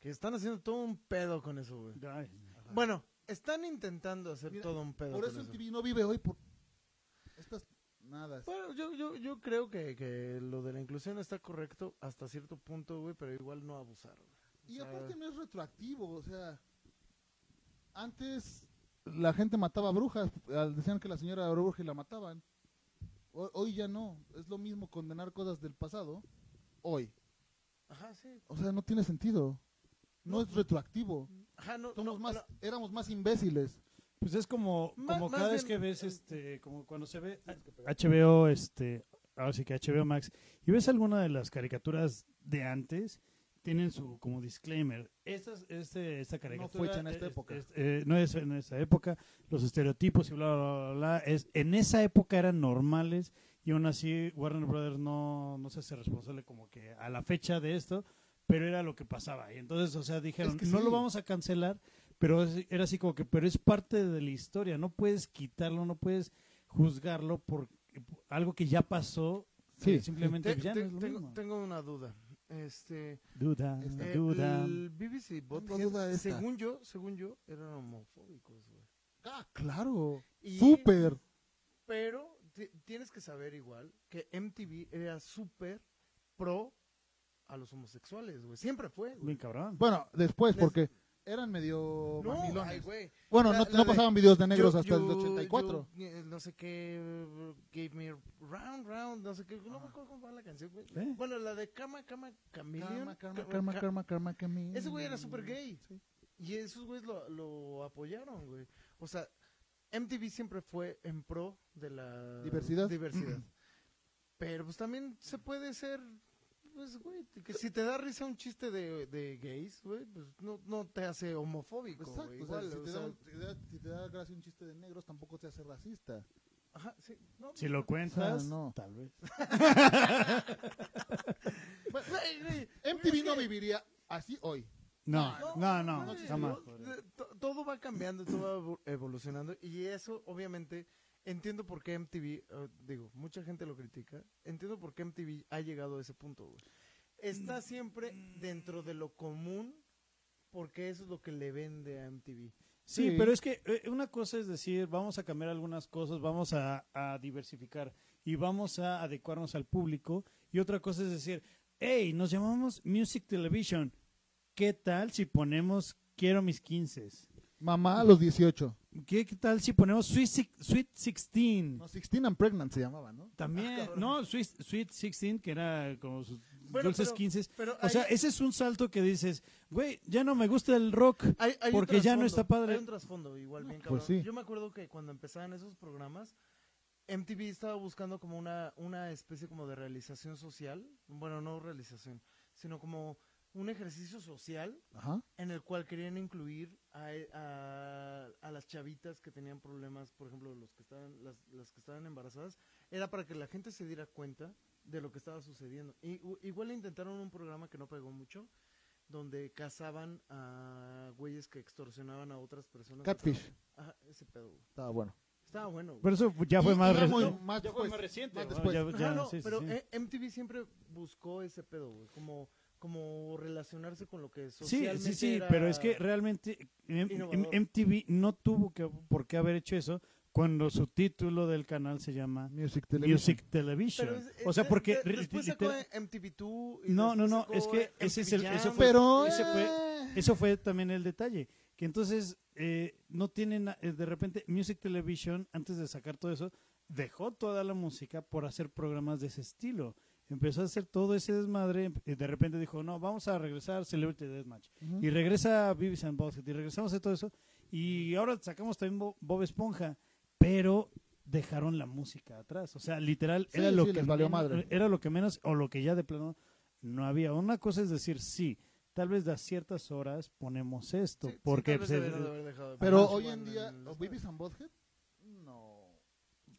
Que están haciendo todo un pedo con eso, güey.
Ay,
Bueno, están intentando hacer
Mira,
todo un pedo
Por
con
eso
eso.
MTV no vive hoy por estas nada.
Bueno, yo, yo, yo creo que, que lo de la inclusión está correcto hasta cierto punto, güey, pero igual no abusar. güey. O
Y
sea,
aparte no es retroactivo, o sea, antes la gente mataba brujas, al- decían que la señora bruja y la mataban. Ho- Hoy ya no, es lo mismo condenar cosas del pasado hoy.
Ajá, sí.
O sea, no tiene sentido. No, es retroactivo.
Ajá, no,
Somos
no,
más,
no.
éramos más imbéciles.
Pues es como,
Ma-
como
más
cada vez que
bien-
eh,
ves, este, como cuando se ve HBO, este, ahora sí que HBO Max, y ves alguna de las caricaturas de antes, tienen su como disclaimer. Esta, este, esta caricatura
fue hecha en esta
es-
época.
es- eh, no es en esa época. Los estereotipos y bla, bla, bla, bla, Es, en esa época eran normales y aún así Warner Brothers no, no se hace responsable como que a la fecha de esto, pero era lo que pasaba. Y entonces, o sea, dijeron,
Es que
no
sí.
lo vamos a cancelar, pero es- era así como que, pero es parte de la historia. No puedes quitarlo, no puedes juzgarlo por algo que ya pasó.
Sí.
que simplemente pues
Te-
ya
te-
no es lo
tengo,
mismo.
tengo una duda. Este,
Duda,
Este,
duda.
el BBC Bothead,
duda esta.
según yo, según yo, eran homofóbicos, güey.
Ah, claro.
Y-
Súper.
Pero ti- tienes que saber igual que MTV era súper pro a los homosexuales, güey. Siempre fue,
Bien
güey.
cabrón.
Bueno, después,
Les-
porque eran medio
No,
mamilones.
ay, güey.
Bueno,
La-
no,
la
no
de-
pasaban videos de negros
You-
hasta el
you-
84.
you, eh, no sé qué, eh, give me round, round, no sé qué. No me acuerdo cómo va la canción, güey.
¿Eh?
Bueno, la de Cama, Cama, Chameleon.
Karma, karma,
Ca-
karma,
ca-
karma, karma, karma.
Ese güey era súper gay. Y esos güeyes lo, lo apoyaron, güey. O sea, MTV siempre fue en pro de la
Diversidad. [clears throat]
diversidad. Pero pues también se puede ser, pues, güey, que si te da risa un chiste de, de gays, güey, pues no, no te hace homofóbico,
Exacto,
güey.
o sea,
Igual,
si,
o
te
sea,
da, si te da- si te da gracia un chiste de negros, tampoco te hace racista.
ajá, sí, no,
Si lo cuentas,
Ah, no.
tal vez.
Pues, Güey, güey,
MTV no viviría así hoy.
No, no, no,
güey,
jamás.
no, to- Todo va cambiando, todo va evo- evolucionando. Y eso, obviamente, entiendo por qué MTV, eh, digo, mucha gente lo critica. Entiendo por qué MTV ha llegado a ese punto, güey. Está siempre dentro de lo común, porque eso es lo que le vende a MTV.
Sí,
Sí.
pero es que eh, una cosa es decir, vamos a cambiar algunas cosas, vamos a, a diversificar y vamos a adecuarnos al público. Y otra cosa es decir, hey, nos llamamos Music Television. ¿Qué tal si ponemos Quiero mis 15?
Mamá a los 18.
¿Qué, qué tal si ponemos Sweet, Six- Sweet Ah, 16?
No, 16 and Pregnant se llamaba, ¿no?
También, no, Sweet, Sweet 16, que era como sus
Bueno,
dulces
pero-
15.
Pero
O
hay-
sea, ese es un salto que dices, güey, ya no me gusta el rock.
hay- hay un
porque ya no
trasfondo,
está padre.
Hay un trasfondo, igual, bien
pues
cabrón.
sí.
Yo me acuerdo que cuando empezaban esos programas, MTV estaba buscando como una, una especie como de realización social. Bueno, no realización, sino como un ejercicio social
Ajá.
en el cual querían incluir a, e, a- a las chavitas que tenían problemas, por ejemplo, los que estaban, las, las que estaban embarazadas, era para que la gente se diera cuenta de lo que estaba sucediendo. Y, u- igual intentaron un programa que no pegó mucho, donde cazaban a güeyes que extorsionaban a otras personas.
Catfish.
Ajá, ese pedo. güey.
Estaba bueno.
Estaba bueno. güey.
Pero eso ya
Y-
fue
y
más
era
reci-
muy-
no,
más
ya fue
después.
más reciente.
Más
¿no?
después.
Ya-
Ajá,
ya,
no,
sí, sí,
pero
sí.
eh, MTV siempre buscó ese pedo, güey, como, como relacionarse con lo que
Sí,
socialmente
sí, sí,
era-
pero es que realmente em- em-
Innovador.
MTV no tuvo que, por qué haber hecho eso cuando su título del canal se llama
Music
Music Television.
Pero es-
o sea,
de-
porque...
de-
re-
después sacó
literal-
MTV2 y
No, no,
después
no,
sacó
es que ese es el-
MTV
ese
Jam,
fue-
Pero...
Ese fue-
eh,
Eso fue también el detalle. Que entonces eh, no tienen, eh, de repente, Music Television, antes de sacar todo eso, dejó toda la música por hacer programas de ese estilo. Empezó a hacer todo ese desmadre. eh, De repente dijo, no, vamos a regresar Celebrity Deathmatch.
Ujú.
Y regresa Beavis and Butthead, Y regresamos a todo eso. Y ahora sacamos también Bo- Bob Esponja. Pero dejaron la música atrás. O sea, literal,
Sí,
era, lo
sí,
que
les valió
menos-
madre.
era lo que menos, o lo que ya de plano no había. Una cosa es decir, sí, tal vez a ciertas horas ponemos esto,
Sí, sí,
porque
tal vez
pues,
debieron de
eh,
haber dejado de
Pero
poner
hoy
Juan
en día...
el-
¿O Beavis and Butthead? No.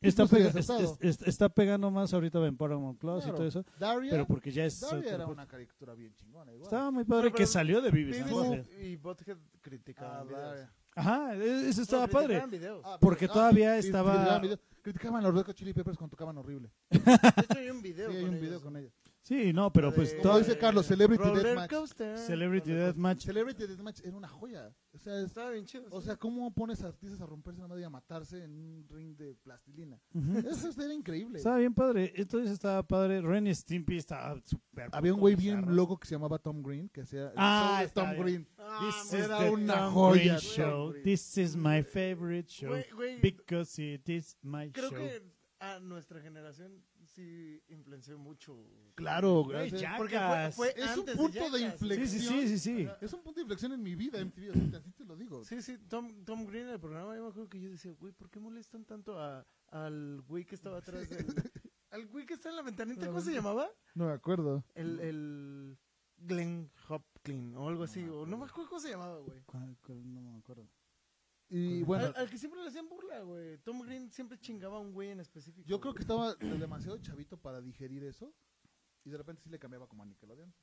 está,
no sería
pega- es-
aceptado.
es- es- está pegando más ahorita en Paramount Plus y
Claro.
todo eso,
Daria,
pero porque ya es...
Daria
otra
era
cosa.
una caricatura bien chingona igual. Ah,
Estaba muy padre
Pero,
que
pero,
salió de Beavis. and
Beavis
Butthead.
y Bothead criticaban
Ah,
videos.
Daria.
Ajá, e- eso estaba
No,
padre.
criticaban videos.
Ah,
Pues, Porque
pero-
todavía
cri-
estaba-
criticaban video- Criticaban a los Red Hot Chili Peppers cuando tocaban horrible.
De hecho, hay un video
Sí, hay
con
un
ellos,
video
¿no?
con ellos.
Sí, no, pero pues...
De-
Como
toda-
dice Carlos, Celebrity
Roller
Deathmatch.
Coaster.
Celebrity
Roller Coaster.
Deathmatch.
Celebrity Deathmatch era una joya. O sea, es-
Estaba bien chido.
o
sí.
sea, ¿cómo pones a artistas a romperse la madre y a matarse en un ring de plastilina?
Ujú.
Eso era increíble.
Estaba bien padre. Entonces estaba padre. Ren y Stimpy estaba súper...
Había un güey bien
bizarro.
loco que se llamaba Tom Green, que hacía el
Ah,
show de
está
Tom
bien.
Green.
Ah,
This
güey,
is
era
the
una
Tom
joya,
Green
Tom
show.
Green.
This is my favorite show.
güey, güey,
Because it is my
creo
show.
que a nuestra generación sí influenció mucho.
Claro,
Güey,
gracias.
ya.
Porque
Jackass.
fue, fue
Es un
antes
punto de
Jackass.
inflexión.
Sí, sí, sí, sí, sí.
Es un punto de inflexión en mi vida, MTV, o sea, así te lo digo.
Sí, sí, Tom, Tom Green en el programa, yo me acuerdo que yo decía, güey, ¿por qué molestan tanto a, al güey que estaba atrás del... Al güey que está en la ventanita, ¿cómo se llamaba?
No me acuerdo.
El, el... Glenn Hopkins o algo
No
así.
me
o no me acuerdo cómo se llamaba, güey.
¿Cuál- cuál? No me acuerdo.
Y bueno,
al, al que siempre le hacían burla, güey. Tom Green siempre chingaba a un güey en específico.
yo creo que
güey.
estaba demasiado chavito para digerir eso. Y de repente sí le cambiaba como a Nickelodeon.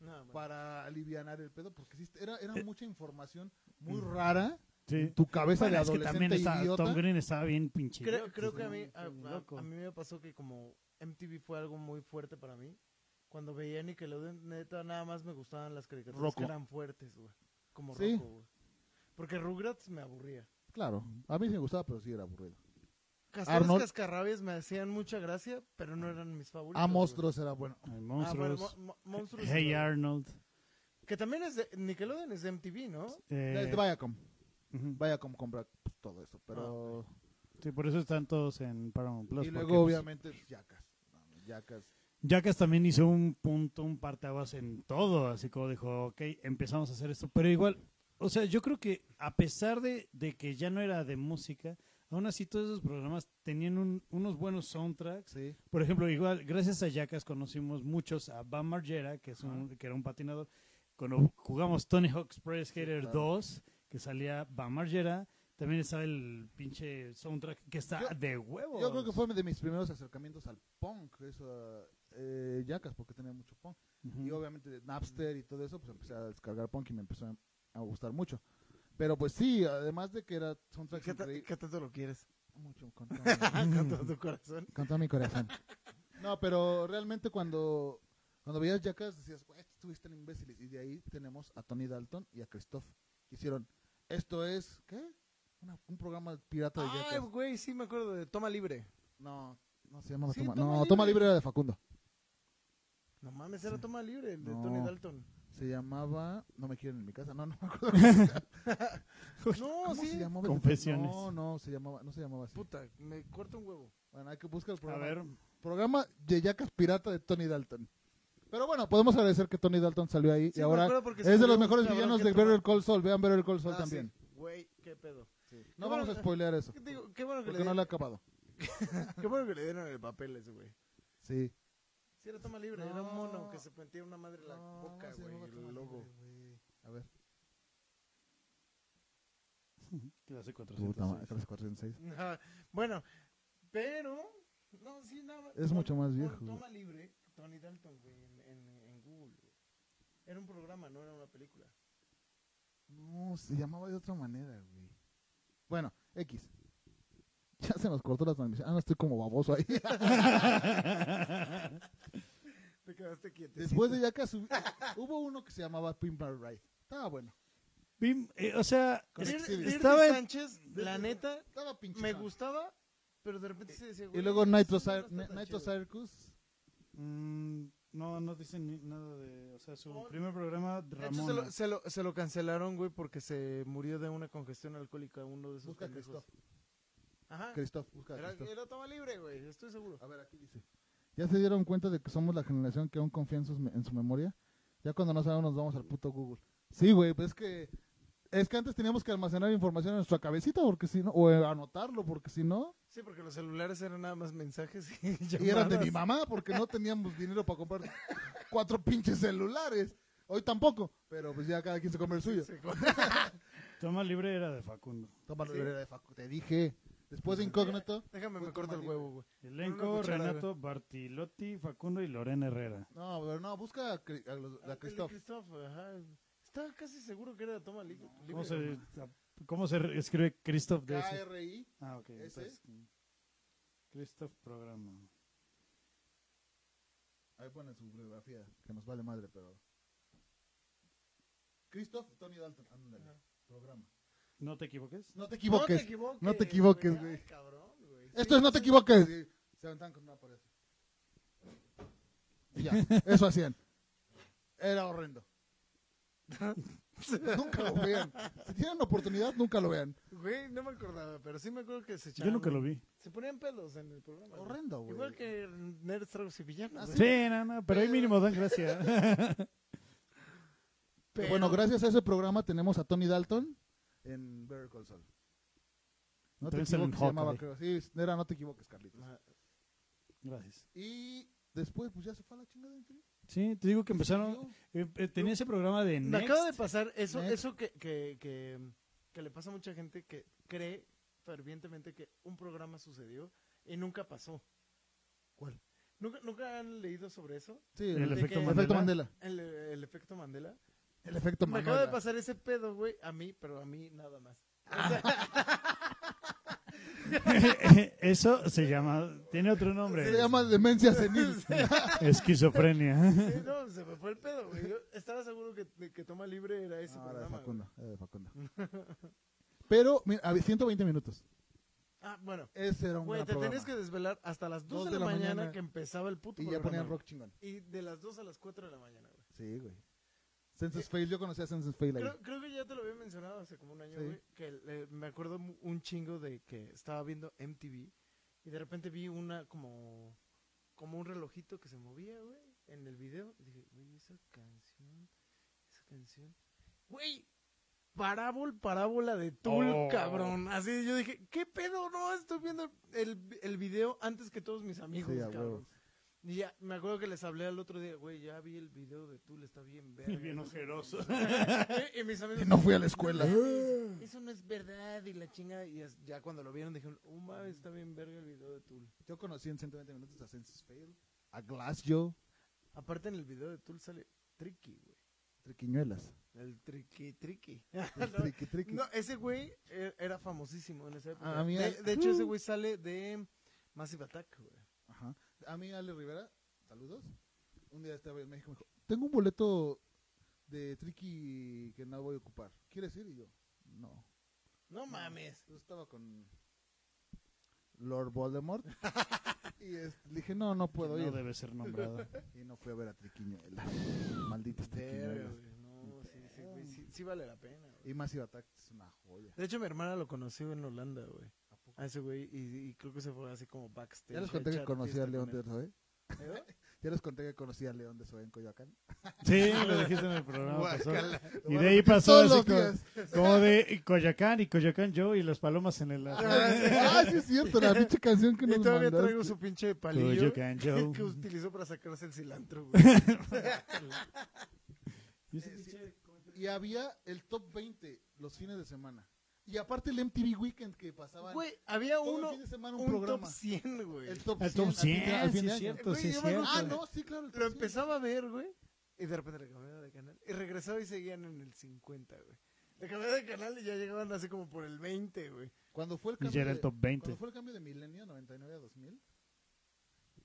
No, man.
Para alivianar el pedo, porque sí, era, era mucha información muy
Mm.
rara.
Sí.
Tu cabeza de
Bueno, es que
Pues, adolescente
también estaba-
idiota.
Tom Green estaba bien pinche.
Creo,
idiota,
creo
sí,
que a mí, a,
sí,
a-
loco.
a mí me pasó que como MTV fue algo muy fuerte para mí, cuando veía Nickelodeon, neta, nada más me gustaban las caricaturas
Rocco.
que eran fuertes, güey. Como
Sí.
Rocco, güey. Porque Rugrats me aburría.
Claro, a mí sí me gustaba, pero sí era aburrido.
Castores
Arnold.
Cascarrabias me hacían mucha gracia, pero no eran mis favoritos.
A
güey.
Ah, monstruos era bueno.
Ay,
Ah, bueno,
monstruos.
Mo- Mo- Monstruos.
hey
güey.
Arnold.
Que también es de Nickelodeon, es de MTV, ¿no?
Eh,
Es de Viacom.
ujú.
Viacom compra pues, todo eso,
Ah,
pero...
Sí, por eso están todos en Paramount Plus.
y
porque,
luego,
pues,
obviamente, Yacas. Yacas.
Jackass también hizo un punto, un parteaguas en todo, así como dijo, ok, empezamos a hacer esto, pero igual, o sea, yo creo que a pesar de, de que ya no era de música, aún así todos esos programas tenían un- unos buenos soundtracks.
Sí.
Por ejemplo, igual, gracias a Jackass conocimos muchos a Van Margera, que, es un, que era un patinador, cuando jugamos Tony Hawk's Pro Skater
claro.
2, que salía Van Margera, también estaba el pinche soundtrack que está
Yo-
de huevo.
Yo creo que fue de mis primeros acercamientos al punk, eso, eh, Yacas, porque tenía mucho punk. Y obviamente de Napster y todo eso, pues empecé a descargar punk y me empezó a- a gustar mucho. Pero pues sí, además de que era soundtracks
¿Qué, ta-
increíbles.
qué tanto lo quieres?
Mucho, con todo-
Con todo tu corazón.
[laughs] con todo mi corazón. No, pero realmente cuando, cuando veías Jackass decías, güey, estos güeyes están imbéciles. Y de ahí tenemos a Tony Dalton y a Christoph, que hicieron, esto es, ¿qué? Una- un programa pirata de
Ay,
Jackass.
güey, sí me acuerdo de Toma Libre.
No, no se llama
Sí,
Toma.
Toma
no,
Libre.
Toma Libre era de Facundo.
No mames, era Toma Libre, el de
No.
Tony Dalton.
Se llamaba. No me quieren en mi casa, no, no me acuerdo.
[laughs] No,
¿Cómo
sí.
se llamaba?
Confesiones.
No, no, se llamaba, no se llamaba así.
Puta, me corta un huevo.
Bueno, hay que buscar el
A
programa.
ver,
Programa de Yacas Pirata de Tony Dalton. Pero bueno, podemos agradecer que Tony Dalton salió ahí y
Sí, me
ahora
acuerdo porque
es
se
de los
murió un
mejores
cabrón
villanos
que
de
entró-
Better Call Saul. Vean Better Call Saul
Ah,
también.
sí. Güey, qué pedo.
No
Qué
vamos a
bueno-
spoilear eso,
¿Qué te digo? Qué bueno que le
porque no
dieron,
lo he acabado.
qué bueno que le dieron el papel a ese güey.
Sí.
Sí, era Toma Libre, era un
No.
mono que se metía una madre en la boca,
se
güey,
llamaba Toma
el logo.
Libre, güey. A ver.
clásico
Puta madre, 346.
Ajá. Bueno, pero... No, sí, nada más.
Es
pon-
mucho más
pon
viejo, güey.
Toma Libre, Tony Dalton, güey, en, en- en Google. güey. Era un programa, no era una película.
No, se llamaba de otra manera, güey. Bueno, X. [laughs] Ya se nos cortó la transmisión. Ah, no, estoy como baboso
[laughs]
ahí.
Te quedaste quieto.
Después de Yaka hubo uno que se llamaba Pimp My Ride. Estaba bueno.
[laughs] Bim, eh, o sea,
Con
es-
Exhibit.
estaba en-
Sánchez, la neta,
Estaba pinche.
me
fan.
gustaba, pero de repente se decía,
Y
güey,
luego
eso
Nitro,
no
Cir-
está
Ni-
tan
Nitro
chido.
Circus.
Mm, no, no dicen ni nada de... O sea, su
Oh.
primer programa, de
De hecho, se
Ramona.
lo, se, lo, se lo cancelaron, güey, porque se murió de una congestión alcohólica uno de esos
Busca a
pendejos.
Christoph.
Ajá.
Christoph, busca a
Era,
Christoph.
era toma libre, güey, estoy seguro.
A ver, aquí dice. ¿Ya se dieron cuenta de que somos la generación que aún confía en, sus me- en su memoria? Ya cuando no sabemos nos vamos al puto Google. Sí, güey, pues es que... Es que antes teníamos que almacenar información en nuestra cabecita, porque si no... O eh, anotarlo, porque si no...
Sí, porque los celulares eran nada más mensajes y
Y eran de
llamadas.
mi mamá, porque no teníamos dinero para comprar cuatro pinches celulares. Hoy tampoco, pero pues ya cada quien se come el suyo.
Sí, güey.
Toma Libre era de Facundo.
Toma la
Sí.
librera de facu, te dije. Después de Incógnito...
Déjame,
Fue
me corto
Toma
el
Libre.
huevo, güey.
Elenco,
Una cuchara,
Renato, Bartilotti, Facundo y Lorena Herrera.
No, pero no, busca a, Cri- a los- a
Ah, El de
Christoph.
Christoph, ajá. Estaba casi seguro que era de toma li- libre.
¿Cómo se,
güey.
¿Cómo se re- escribe Christoph de ese?
KRI.
Ah, ok.
¿Ese?
entonces, Christoph Programa.
Ahí ponen su biografía, que nos vale madre, pero. Christoph Tony Dalton, ándale,
Ajá.
programa.
¿No te equivoques?
No te equivoques.
equivoques.
No te equivoques,
Ay,
güey.
cabrón, güey.
Esto es no te equivoques. Se aventaban con una pared. Y ya, eso hacían. Era [laughs] horrendo. nunca lo vean. Si tienen oportunidad, nunca lo vean.
Güey, no me acordaba, pero sí me acuerdo que se echaban.
Yo nunca lo vi.
Se ponían pelos en el programa. güey.
Horrendo, güey. Ah,
Igual que Nerds, Tragos y Villanos. güey.
Sí, no, no, pero ahí mínimo dan gracia. [laughs]
Pero bueno, gracias a ese programa tenemos a Tony Dalton en Better Call Saul. No te
Entonces, en
equivoques, se llamaba,
Hawkeye.
creo. Sí, era no te equivoques, Carlitos.
Ajá.
Gracias.
Y después, pues ya se fue a la chingada. en fin.
Sí, te digo que empezaron. eh, eh, tenía ese programa de
Me
Next.
acaba de pasar eso,
Next.
eso que, que, que, que le pasa a mucha gente que cree fervientemente que un programa sucedió y nunca pasó.
¿Cuál?
¿Nunca, nunca han leído sobre eso?
Sí,
El
el,
de
efecto
que-
Mandela.
efecto Mandela.
El, el efecto Mandela.
El efecto
Me
Mandela.
acaba de pasar ese pedo, güey, a mí, pero a mí nada más. O
Ah.
sea,
[laughs] Eso se llama. Tiene otro nombre.
Se llama demencia senil.
Esquizofrenia.
[laughs] sí, no, se me fue el pedo, güey. Yo estaba seguro que, de que Toma Libre era ese
No, era de
programa. güey.
Ah, Facundo, era de Facundo. Pero, mira, a ver, 120 minutos.
Ah, bueno.
Ese era un
Güey,
gran
te
programa.
tenías que desvelar hasta las 2,
Dos
de, la, mañana, que empezaba el puto
Y ya
programa,
ponían
güey.
rock chingón.
Y de las 2 a las 4 de la mañana, güey.
Sí, güey. Census Fail, yo conocía a Census Fail ahí.
Creo, creo que ya te lo había mencionado hace como un año,
Sí.
güey. Que le- me acuerdo mu- un chingo de que estaba viendo MTV y de repente vi una como, como un relojito que se movía, güey, en el video. Y dije, güey, esa canción, esa canción. Güey, parábol, parábola de Tool,
Oh.
cabrón. Así yo dije, ¿qué pedo? No, estoy viendo el, el video antes que todos mis amigos,
Sí, a
cabrón.
huevo.
Y ya, me acuerdo que les hablé al otro día, güey, ya vi el video de Tool, está bien verga.
Bien ojeroso.
[laughs] y mis amigos...
Y no fui a la escuela.
"Mames, Eso no es verdad, y la chingada... Y as- ya cuando lo vieron dijeron, oh, mames, está bien verga el video de Tool.
Yo conocí en 120 minutos a Census Fail, a Glass Joe,
Aparte en el video de Tool sale Tricky, güey.
Triquiñuelas.
[laughs] El Tricky, Tricky.
El
[laughs] no,
triqui, triqui.
no, ese güey er- era famosísimo en esa época.
A mí
de,
al-
de hecho, ese güey sale de Massive Attack, güey.
Ajá. A mí, Ale Rivera, saludos. Un día estaba en México y me dijo, tengo un boleto de Triqui que no voy a ocupar. ¿Quieres ir? Y yo, no.
No mames.
Yo estaba con Lord Voldemort y este, le dije, no, no puedo
No
ir.
debe ser nombrado.
Y no fui a ver a Triquiñuelas. Malditas
Verga,
Triquiñuelas.
güey. No, sí, sí, güey. Sí, sí vale la pena, güey.
Y Massive Attack es una joya.
De hecho, mi hermana lo conoció en Holanda, güey.
¿A poco?
A ese güey, y, y creo que se fue así como backstage.
Ya les
a
conté que
echar
conocí a
fiesta
León
con
de
él.
Zoe.
¿Eh?
[laughs] Ya les conté que conocí a León de Zoe en Coyoacán.
Sí, lo dijiste en el programa. pasado. Y
Bueno,
de ahí pasó
todos
así
los
como,
días.
como de Coyacán y Coyacán yo y las palomas en el.
Ah, sí es cierto, la pinche canción que nos
Y todavía
mandaste.
traigo su pinche palillo
Coyoacán Joe.
[laughs] que utilizó para sacarse
[laughs]
el cilantro, güey.
Y ese
Eh, sí.
pinche-
Y había el top 20 los fines de semana. Y aparte el MTV Weekend que pasaba
Güey, había
todo
uno,
el fin de semana un,
un top
programa.
100, güey.
el top 100.
El top
al fin de-
100,
al
sí
fin de
es
año.
cierto, sí
Güey,
es
yo me acuerdo-
cierto.
Ah, no, sí, claro. el top
Lo
100.
empezaba a ver, güey, y de repente le cambiaba de canal. Y regresaba y seguían en el 50, güey. Le cambiaba de canal y ya llegaban así como por el 20, güey.
Cuando fue el
Y
cambio
ya era el
de-
top 20.
Cuando fue el cambio de milenio, 99 a 2000,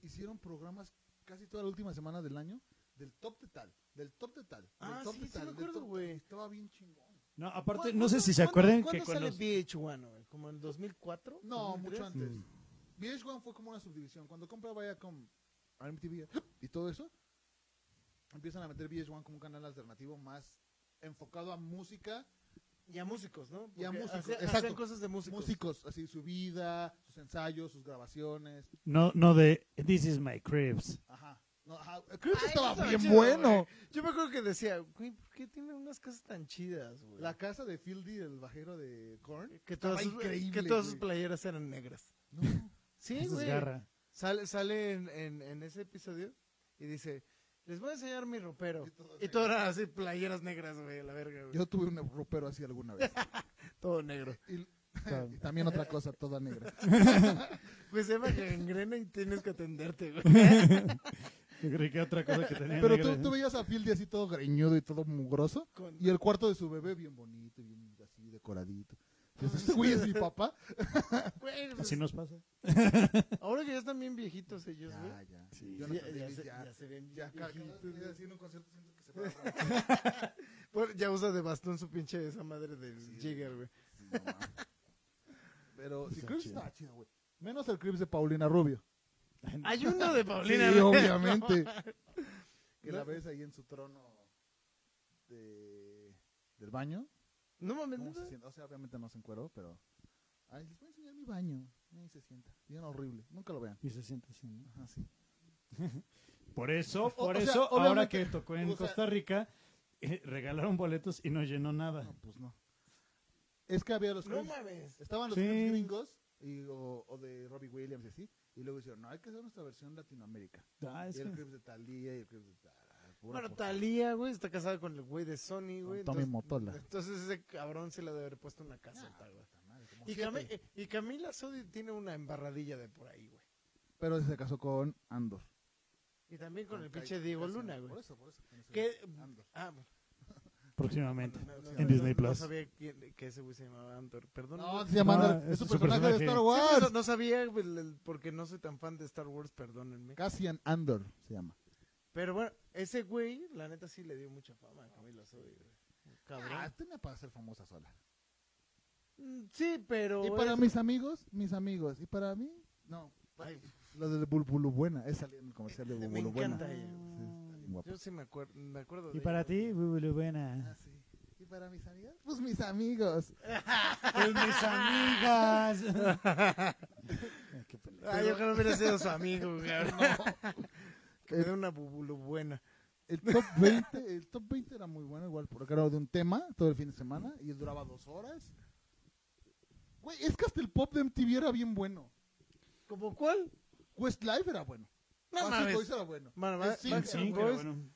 hicieron programas casi toda la última semana del año del top de tal, del top de tal, del
Ah,
top
sí,
de
sí
tal,
me
del
acuerdo,
top de
güey.
tal. Estaba bien chingón.
No, aparte,
¿Cu-
no sé
cuándo-
si se
cuándo-
acuerdan que
¿Cuándo sale
cuando.
VH1, güey? ¿Como en 2004?
No, mucho
2003?
antes.
Mm.
VH1 fue como una subdivisión. Cuando compra Viacom, MTV y todo eso, empiezan a meter VH1 como un canal alternativo más enfocado a música,
Y a músicos, ¿no?
Y a
Porque
músicos,
hacía-
exacto.
hacían cosas de músicos.
músicos, así su vida, sus ensayos, sus grabaciones.
No, no de This is my cribs.
Ajá. No, ajá. Creo que
Ah,
estaba
eso
bien
chido,
bueno.
güey. Yo me acuerdo que decía, güey, ¿por qué tienen unas casas tan chidas, güey?
La casa de Fieldy, el bajero de Korn.
que todas,
estaba
sus,
increíble,
que todas sus
güey.
playeras eran negras.
No.
Sí,
Esas
güey.
garra.
Sale, sale en, en- en ese episodio y dice, les voy a enseñar mi ropero.
[laughs] Y todo
Y todo era así, playeras negras, güey, a la verga, güey.
Yo tuve un ropero así alguna vez.
Todo negro. [laughs]
Y, [laughs] y también otra cosa, toda negra.
Pues se
[laughs]
llama gangrena y tienes que atenderte, güey.
Yo creí que otra cosa que tenía.
Pero
negra,
tú, tú
¿eh?
veías a Fieldy así todo greñudo y todo mugroso.
Con-
Y el cuarto de su bebé bien bonito, bien así decoradito.
Ah,
Y dices, este güey es mi papá.
Güey, pues,
Así nos pasa.
Ahora que ya están bien viejitos ellos, güey.
Ya, ya.
Sí.
Yo no
Ya,
sabía,
ya se,
ya.
ya se ven
Ya, cada- cada
viejitos,
vez
güey.
que así en un concierto siento que se
[laughs]
para la mano.
Bueno, ya usa de bastón su pinche esa madre del
Sí,
Jigger, güey.
Sí, no mames. Pero si
Está
Crips
chido.
estaba chido, güey. Menos el Crips de Paulina Rubio.
Hay uno [laughs] de
Sí,
Paulina. güey.
obviamente. Que la
No.
ves ahí en su trono de, del baño.
No mames,
¿Cómo
neta.
se sienta? O sea, obviamente no se encueró, pero. Ay, les voy a enseñar mi baño. Ahí se sienta. Bien horrible. Nunca lo vean.
Y se siente así, ¿no?
Ajá, sí.
Por eso, por
o sea,
eso, ahora que
obviamente,
tocó en
o sea-
Costa Rica, eh, regalaron boletos y no llenó nada.
No, pues no. Es que había los
No
Crips.
mames.
Estaban los
Sí.
Crips gringos y, o, o de Robbie Williams y así. Y luego dijeron, no, hay que hacer nuestra versión Latinoamérica.
Ah, es
Y el
que-
Crips de Talía y el Crips de. tal. pura
Bueno,
por-
Talía, güey, está casada con el güey de Sony, güey.
con Tommy
entonces-
Motola.
Entonces ese cabrón se le debe haber puesto una casa.
Ah,
güey.
puta madre, como
Y,
siete.
Cami- eh, y Camila Sodi tiene una embarradilla de por ahí, güey.
Pero se casó con Andor.
Y también con
Ah,
el
ca-
pinche Diego
casi,
Luna,
Por
güey.
eso, por eso. con ese
Que,
güey, Andor.
ah, bueno,
próximamente.
no, no,
en
no,
Disney
no, No
Plus.
sabía quién- que ese güey se llamaba Andor. Perdón.
No,
güey.
se llama
No,
Andor.
ese
Es su
es su
personaje,
personaje.
de Star
Sí,
Sí,
Wars.
no, no sabía, güey, el- el- porque no soy tan fan de Star Wars, perdónenme.
Cassian Andor se llama.
Pero bueno, ese güey, la neta sí le dio mucha fama a Camila Sodi, güey. Cabrón.
Ah, tenía para ser famosa sola.
Mm, sí, pero.
Y para
es-
mis amigos, mis amigos. Y para mí, no.
Ay,
Los del Bulbulu Buena. Es salir en el comercial de
Me
Bulbulu
encanta
Buena.
ella.
Guapo.
yo sí me, acuerdo me acuerdo.
Y
de
para
ella,
ti,
güey.
Bubulu Buena.
Ah, sí. ¿Y para mis amigas? Pues mis amigos.
Pues mis
[laughs]
amigas.
Ay, qué pendejo.
Ah, yo creo que hubiera sido su amigo, güey. Que me
El-
dé una bubulu buena.
El top 20, el top 20 era muy bueno, igual, porque era de un tema todo el fin de semana y duraba dos horas. Güey, es que hasta el pop de MTV era bien bueno.
¿Como cuál?
Westlife era bueno.
No
Backstreet Boys
mames.
era bueno.
Pues Bueno,
El
Ba-
Sync
En
Backstreet
sí, pero
Boys.
bueno.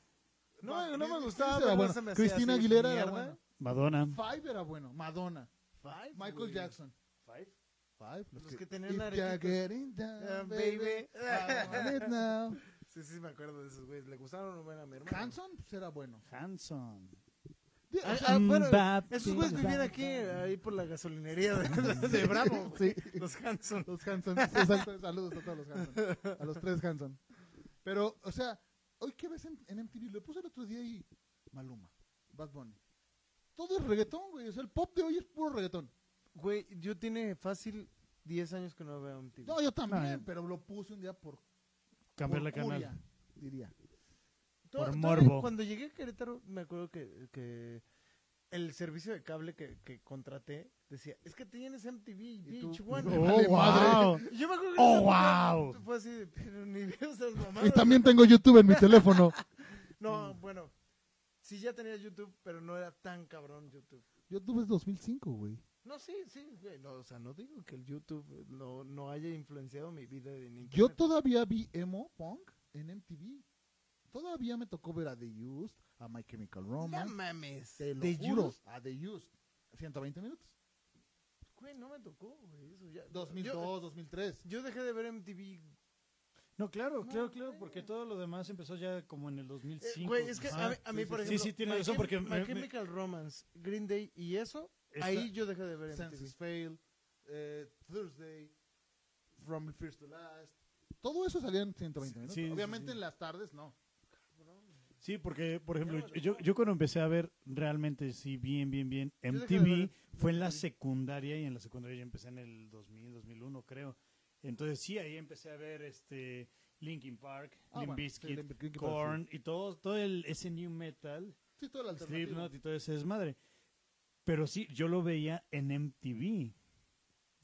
No, no, me
Backstreet
gustaba,
era
pero
bueno.
no se me hacía
Cristina
así,
Aguilera era
mierda.
buena.
Madonna.
Five era bueno. Madonna.
Five,
Michael
güey.
Jackson.
Five.
Five.
Los que tenían
If
aretitos.
you're getting down,
Ah,
baby, Ah,
baby.
I want it now.
Sí, sí, me acuerdo de esos güeyes. Le gustaron o a mi hermano.
Hanson pues, era
[laughs]
bueno.
Hanson.
Sí, o
Ah,
sea,
ah, bueno,
Bap,
esos
bim,
güeyes
bam,
vivían
bam,
aquí,
bam.
ahí por la gasolinería de, de Bravo. güey.
sí.
Los Hanson.
Los Hanson, exacto, saludos a todos los Hanson, a los tres Hanson. Pero, o sea, hoy que ves en, en MTV, lo puse el otro día y Maluma, Bad Bunny. Todo es reggaetón, güey, o sea, el pop de hoy es puro reggaetón.
Güey, yo tiene fácil 10 años que no veo un tío.
No, yo también,
No, eh.
pero lo puse un día por,
Cambiar la
por curia,
canal.
diría.
To-
Por
todavía
morbo.
Cuando llegué a Querétaro, me acuerdo que, que el servicio de cable que, que contraté decía, es que tienes MTV y
¿Y tú?
VH1.
Me vale
Oh, wow.
Y Yo me acuerdo que en
Oh,
esa época
wow.
fue así, de, pero ni veo esas mamadas.
Y también tengo YouTube en mi teléfono.
No, bueno, sí ya tenía YouTube, pero no era tan cabrón YouTube.
YouTube es 2005, güey.
No, sí, sí, güey, no, o sea, no digo que el YouTube no, no haya influenciado mi vida en internet.
Yo todavía vi emo punk en MTV. Todavía me tocó ver a The Used, a My Chemical
No
Romance.
mames.
Te lo
The
juro.
Used.
A The Used. 120 minutos.
Güey, no me tocó, güey, eso ya.
2002,
eh,
Yo,
2003.
yo dejé de ver MTV
No, claro,
No,
claro, claro,
güey.
porque todo lo demás empezó ya como en el 2005.
Eh, Güey, es que
Ajá.
a mí, a mí,
Ah, Sí,
por
sí,
ejemplo,
Sí, sí, tiene
My
razón,
Chem-
porque
My
me- me-
Chemical Romance, Green Day y eso,
Esta-
ahí yo dejé de ver en
Senses Fail, eh, Thursday, From First to Last. Todo eso salía en 120
Sí,
minutos.
sí, sí, sí.
Obviamente en las tardes no.
sí, porque, por ejemplo, yo, yo cuando empecé a ver realmente, sí, bien, bien, bien,
Yo dejé de
MTV
ver
fue en la
MTV.
secundaria y en la secundaria yo empecé en el 2000, 2001, creo. Entonces, sí, ahí empecé a ver este Linkin Park,
Ah,
Limp
bueno, sí,
Bizkit,
Limp Bizkit,
Korn y todo, todo el, ese new metal,
Sí, todo el alternativo.
Slipknot y todo ese desmadre. Pero sí, yo lo veía en MTV.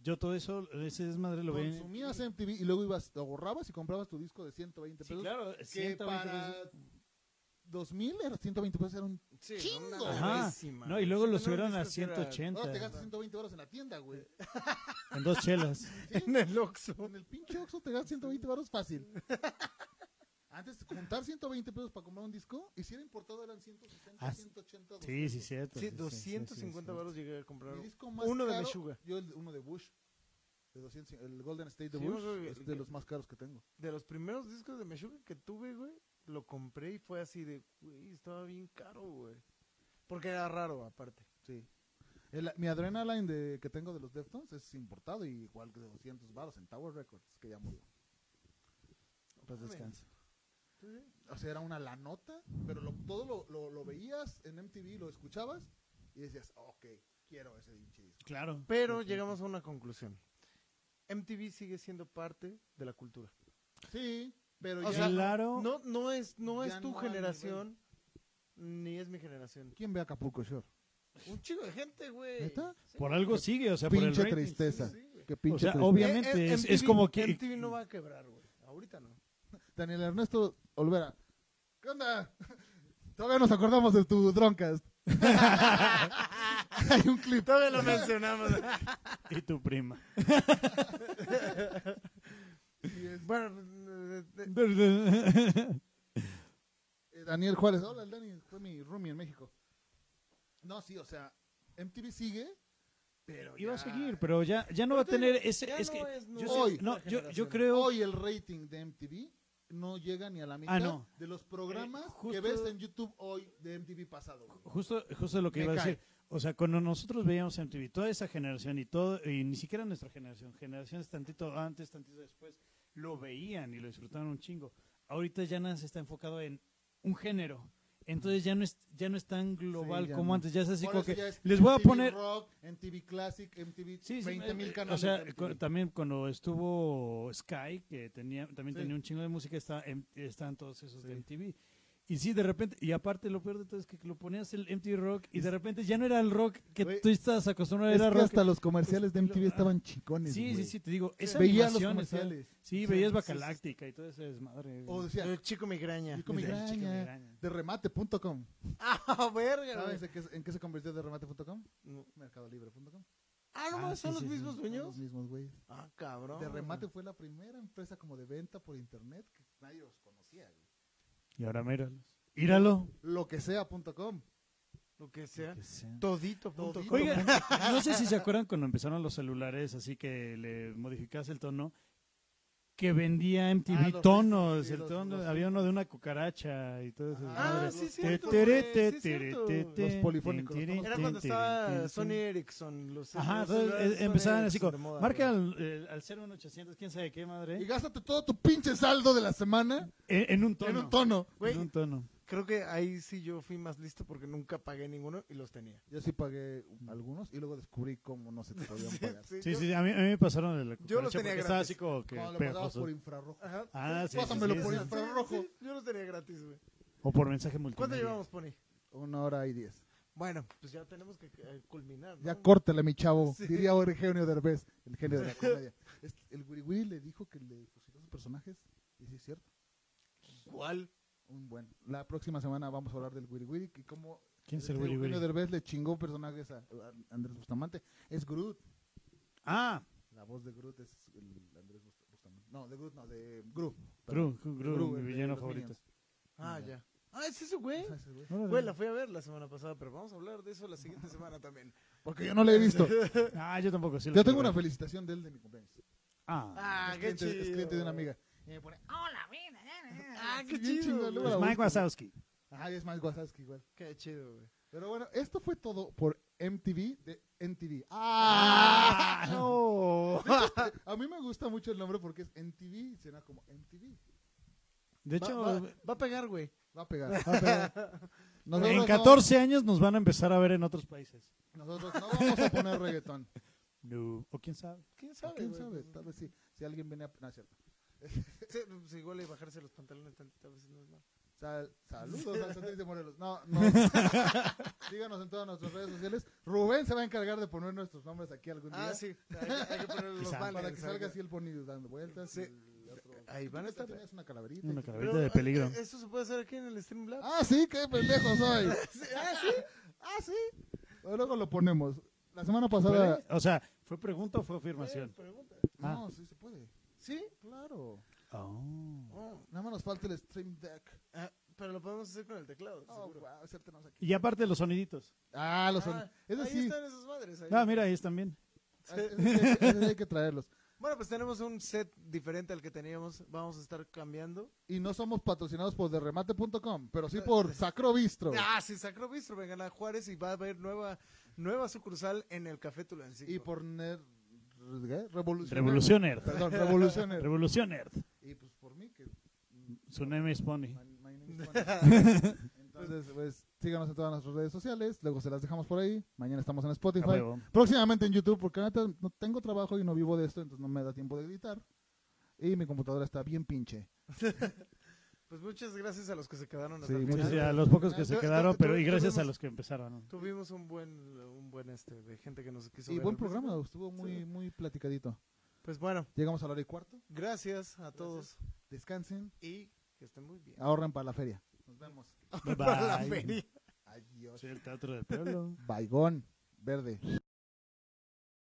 Yo todo eso, ese desmadre lo veía en
Consumías MTV y luego ibas, lo borrabas y comprabas tu disco de 120
Sí,
pesos.
claro,
Que
120
para
veces.
2000 era 120 pesos, era un...
MTV.
¡Chingo!
Ajá. No, y luego lo subieron a
Ahora te
180
gastas 120 horas en la
[laughs]
tienda, güey.
en dos chelas.
En el Oxxo.
En el pinche Oxxo te gastas 120 baros fácil. [laughs] Antes juntar 120 pesos para comprar un disco, y si era importado eran 160,
Ah,
180.
Sí,
200.
sí, cierto.
Sí,
sí, sí, sí,
250
sí.
baros llegué a comprar.
Mi
Sí,
disco más
Uno de
caro,
Meshuggah.
Yo el, uno de Bush. De 200, el Golden State de
Sí, me
Bush
acuerdo que-
es de los más caros que tengo.
De los primeros discos de Meshuga que tuve, güey, lo compré y fue así de, güey, estaba bien caro, güey. Porque era raro, aparte.
Sí. El- mi Adrenaline de, que tengo de los Deftones es importado y igual que de 200 baros en Tower Records, que ya murió.
Pues descansa.
O sea, era una la nota, pero lo- todo lo, lo- lo veías en MTV, lo escuchabas y decías, ok, quiero ese pinche disco.
Claro.
Pero llegamos a una conclusión. MTV sigue siendo parte de la cultura.
Sí, pero
O
ya
sea,
claro.
No, no es, no
Ya
es tu
no al
generación, ni es mi generación.
¿Quién ve Acapulco Shore?
Un chico de gente, güey.
¿Neta?
Sí.
Por algo sigue, o sea, por el
pinche
rating.
tristeza.
Sí, güey.
Qué pinche
O sea,
tristeza.
obvia-
Eh,
Obviamente, es- es como que-
MTV no va a quebrar, güey. Ahorita no.
Eh, Daniel Ernesto Olvera. ¿Qué onda? [laughs] Todavía nos acordamos de tu Droncast. [laughs] Hay un clip.
Todavía lo mencionamos.
[laughs] Y tu prima.
[laughs]
Y es-
bueno, eh, eh,
Pero
eh, Daniel Juárez. Hola, el Dani, fue mi roomie en México. No, sí, o sea, MTV sigue, pero
Iba a
ya-
seguir, pero ya, ya no va a
Pero te digo,
tener ese...
ya
es
no
que
es
yo,
nueva
sí- no, yo, yo
generación.
creo... Ah,
Hoy el rating de MTV no llega ni a la mitad
no.
de los programas
Eh, justo-
que ves en YouTube hoy de MTV pasado. güey.
Justo, justo lo que
Me
iba a
cae.
decir. O sea, cuando nosotros veíamos MTV, toda esa generación y todo, y ni siquiera nuestra generación, generaciones tantito antes, tantito después, lo veían y lo disfrutaban un chingo. Ahorita ya nada se está enfocado en un género. Entonces ya no es, ya no es tan global
ya
como
no.
antes. Ya es así
Por
como
eso
que
ya es
les voy a
MTV
poner.
Rock, MTV Classic, MTV
Sí, sí,
20
eh,
mil
eh,
canales.
O sea,
de MTV.
cu- también cuando estuvo Sky, que tenía, también
Sí.
tenía un chingo de música, está, em- estaban todos esos de
Sí.
MTV. Y sí, de repente, y aparte lo peor de todo es que lo ponías el MTV Rock y de repente ya no era el rock que
Güey,
tú estabas acostumbrado,
es
era
que
rock.
hasta los comerciales de
lo-
MTV estaban chicones.
sí, sí,
güey.
sí, te digo, esa
Veía los
animación está-
comerciales.
Sí,
Sí,
veías
sí,
Bacaláctica y todo ese desmadre.
O
güey.
decía,
El chico migraña.
Chico
Desde
Migraña,
Chico Migraña.
de remate.com.
[laughs] Ah,
Eh,
verga. güey.
¿Sabes en qué, en qué se convirtió de remate.com?
No.
Mercadolibre.com.
Ah, no,
Ah,
mames, son
sí,
los
sí, sí.
mismos
Los
dueños.
mismos güeyes.
Ah, cabrón.
de remate fue la primera empresa como de venta por internet que nadie los conocía. güey.
Y ahora míralos. Íralo.
Lo que sea.com.
Lo que sea.
Que sea.
Todito. punto
Todito.
com.
Oiga, [laughs] no sé si se acuerdan cuando empezaron los celulares, así que le modificabas el tono, que vendía MTV
Ah, los
tonos,
sí,
el
los-
tono,
los-
había uno de una cucaracha y todo eso.
Ah,
madre.
sí,
Te-
cierto,
tere,
güey,
te-
sí,
tere,
cierto.
te- te-
Los polifónicos,
tin, tin,
¿no?
Era
tin,
cuando
tin, tin,
estaba
tin.
Sony Ericsson. Los
Ajá,
los
entonces
celulares
eh,
Sony
empezaban así
Ericsson
como,
de moda,
marca
güey.
al, eh, al 01800, quién sabe qué
Y
madre,
gástate todo tu pinche saldo de la semana
en, en un tono.
en un tono.
en
Güey,
un tono.
creo que ahí sí yo fui más listo porque nunca pagué ninguno y los tenía.
Yo sí pagué algunos y luego descubrí cómo no se te podían
[laughs]
pagar.
Sí,
yo-
sí, a mí, a mí me pasaron el de la cucaracha
Yo los tenía
porque estaba
gratis.
así como que
Cuando lo pagabas
pegajoso.
por infrarrojo.
Ajá.
Ah, sí, sí,
Pásamelo
sí,
por
sí.
el infrarrojo.
yo los tenía gratis, güey.
O por mensaje
¿Cuánto
multimedia.
llevamos, Pony?
Una hora y diez.
Bueno, pues ya tenemos que eh, culminar. ¿no?
Ya córtale, mi chavo.
Sí.
Diría ahora Eugenio Derbez, el genio
[laughs]
de la comedia. Es que el Wiri Wiri le dijo que le fusiló a sus personajes. Y sí es cierto.
¿Cuál?
Un buen. La próxima semana vamos a hablar del Wiri Wiri y cómo
¿Quién es el
este
Wiri
Eugenio
Wiri?
Derbez le chingó personajes a a Andrés Bustamante. Es Groot.
Ah,
La voz de Groot es el Andrés Bust- Bustamante. No, de Groot, no, de Gru.
Gru, Gru,
Gru,
mi
el de
villano
los
favorito.
Minions.
Ah,
Ya.
ya. Ah, es ese güey.
Ah, ese güey.
Güey, la fui a ver la semana pasada, pero vamos a hablar de eso la siguiente semana también.
Porque yo no le
[laughs]
he visto.
Ah, yo tampoco. Sí la
Yo
fui
tengo
a
una
ver.
felicitación de él de mi cumpleaños.
Ah,
Ah,
es,
qué
cliente,
chido.
es cliente de una amiga.
Y me pone, hola, mira, eh, ya, ya, ya".
Ah, qué
Bien
chido.
chingón,
güey.
luego
es
la
Mike
busco.
Wazowski.
Ajá, y es más Wazowski igual.
Qué chido, güey.
Pero bueno, esto fue todo por MTV de MTV. ¡Ah!
no.
este, A mí me gusta mucho el nombre porque es MTV y suena como MTV.
De
Va-
hecho,
va, va a pegar, güey.
Va a pegar. Va a pegar. Nosotros
en
no-
14 años nos van a empezar a ver en otros países.
nosotros no vamos a poner
[laughs]
reggaetón.
No. O quién sabe.
¿Quién sabe?
¿Quién
güey? Pues,
sabe? Tal vez sí. Si alguien viene a... No, es cierto.
Sí, pues igual y bajarse los pantalones tantito a veces no es malo.
Sal- saludos al San Luis de Morelos. No, no. [laughs] Síganos en todas nuestras redes sociales. Rubén se va a encargar de poner nuestros nombres aquí algún día.
Ah, sí. Hay,
[laughs]
que- hay que poner los
Quizá.
banners.
Para que salga
algo.
así el ponido dando vueltas.
Sí.
y el otro-
Ahí van a estar.
Tenías una calaverita.
Una
y-
calaverita de peligro.
eh, Eso se puede hacer aquí en el Stream Lab.
Ah, sí, qué pendejo soy.
Sí, ah, sí.
Ah, sí. O luego lo ponemos. La semana pasada. Ah.
O sea, ¿fue pregunta o fue
Eh,
afirmación?
pregunta.
No, sí se puede.
¿Sí?
Claro.
Oh.
Oh,
Nada más nos falta el stream deck.
ah, pero lo podemos hacer con el teclado.
Oh,
seguro.
wow, ese tenemos aquí.
Y aparte los soniditos.
Ah, los
Ah,
son. Ese
ahí
sí. ah,
están esos madres. ahí.
Ah, mira, ellos también.
Ese sí [laughs] hay que- ese sí hay que traerlos.
Bueno, pues tenemos un set diferente al que teníamos. Vamos a estar cambiando.
Y no somos patrocinados por derremate.com, pero sí [laughs] por Sacrobistro.
Ah, sí, Sacro Bistro. Vengan a Juárez y va a haber nueva, nueva sucursal en el Café Tulancingo.
Y por Ner... ¿qué? Revolucionario.
Revolucioner.
Perdón, [laughs] Revolucionario.
Revolucioner.
y pues por mí, que...
Su name es Pony.
My- my name is Juan. Entonces, pues, síganos en todas nuestras redes sociales. Luego se las dejamos por ahí. Mañana estamos en
A
Spotify.
huevo.
Próximamente en YouTube, porque neta no tengo trabajo y no vivo de esto, entonces no me da tiempo de editar. Y mi computadora está bien pinche.
Pues muchas gracias a los que se quedaron
Sí,
hasta el
muchas
Pues
final.
ya, a los pocos que
Yo-
se
yo-
quedaron,
yo-
pero y
yo-
gracias
tuvimos-
a los que empezaron. ¿no?
Tuvimos un buen, un buen este, de gente que nos quiso
Y
ver
buen
al principio.
programa, estuvo muy,
Sí.
muy platicadito.
Pues bueno,
Llegamos a la hora y cuarto.
gracias a todos
Descansen,
y que estén muy bien.
ahorren para la feria. Nos vemos.
[laughs]
Bye,
Para la
bye.
feria.
Adiós.
Soy el teatro del pueblo.
Baigón verde.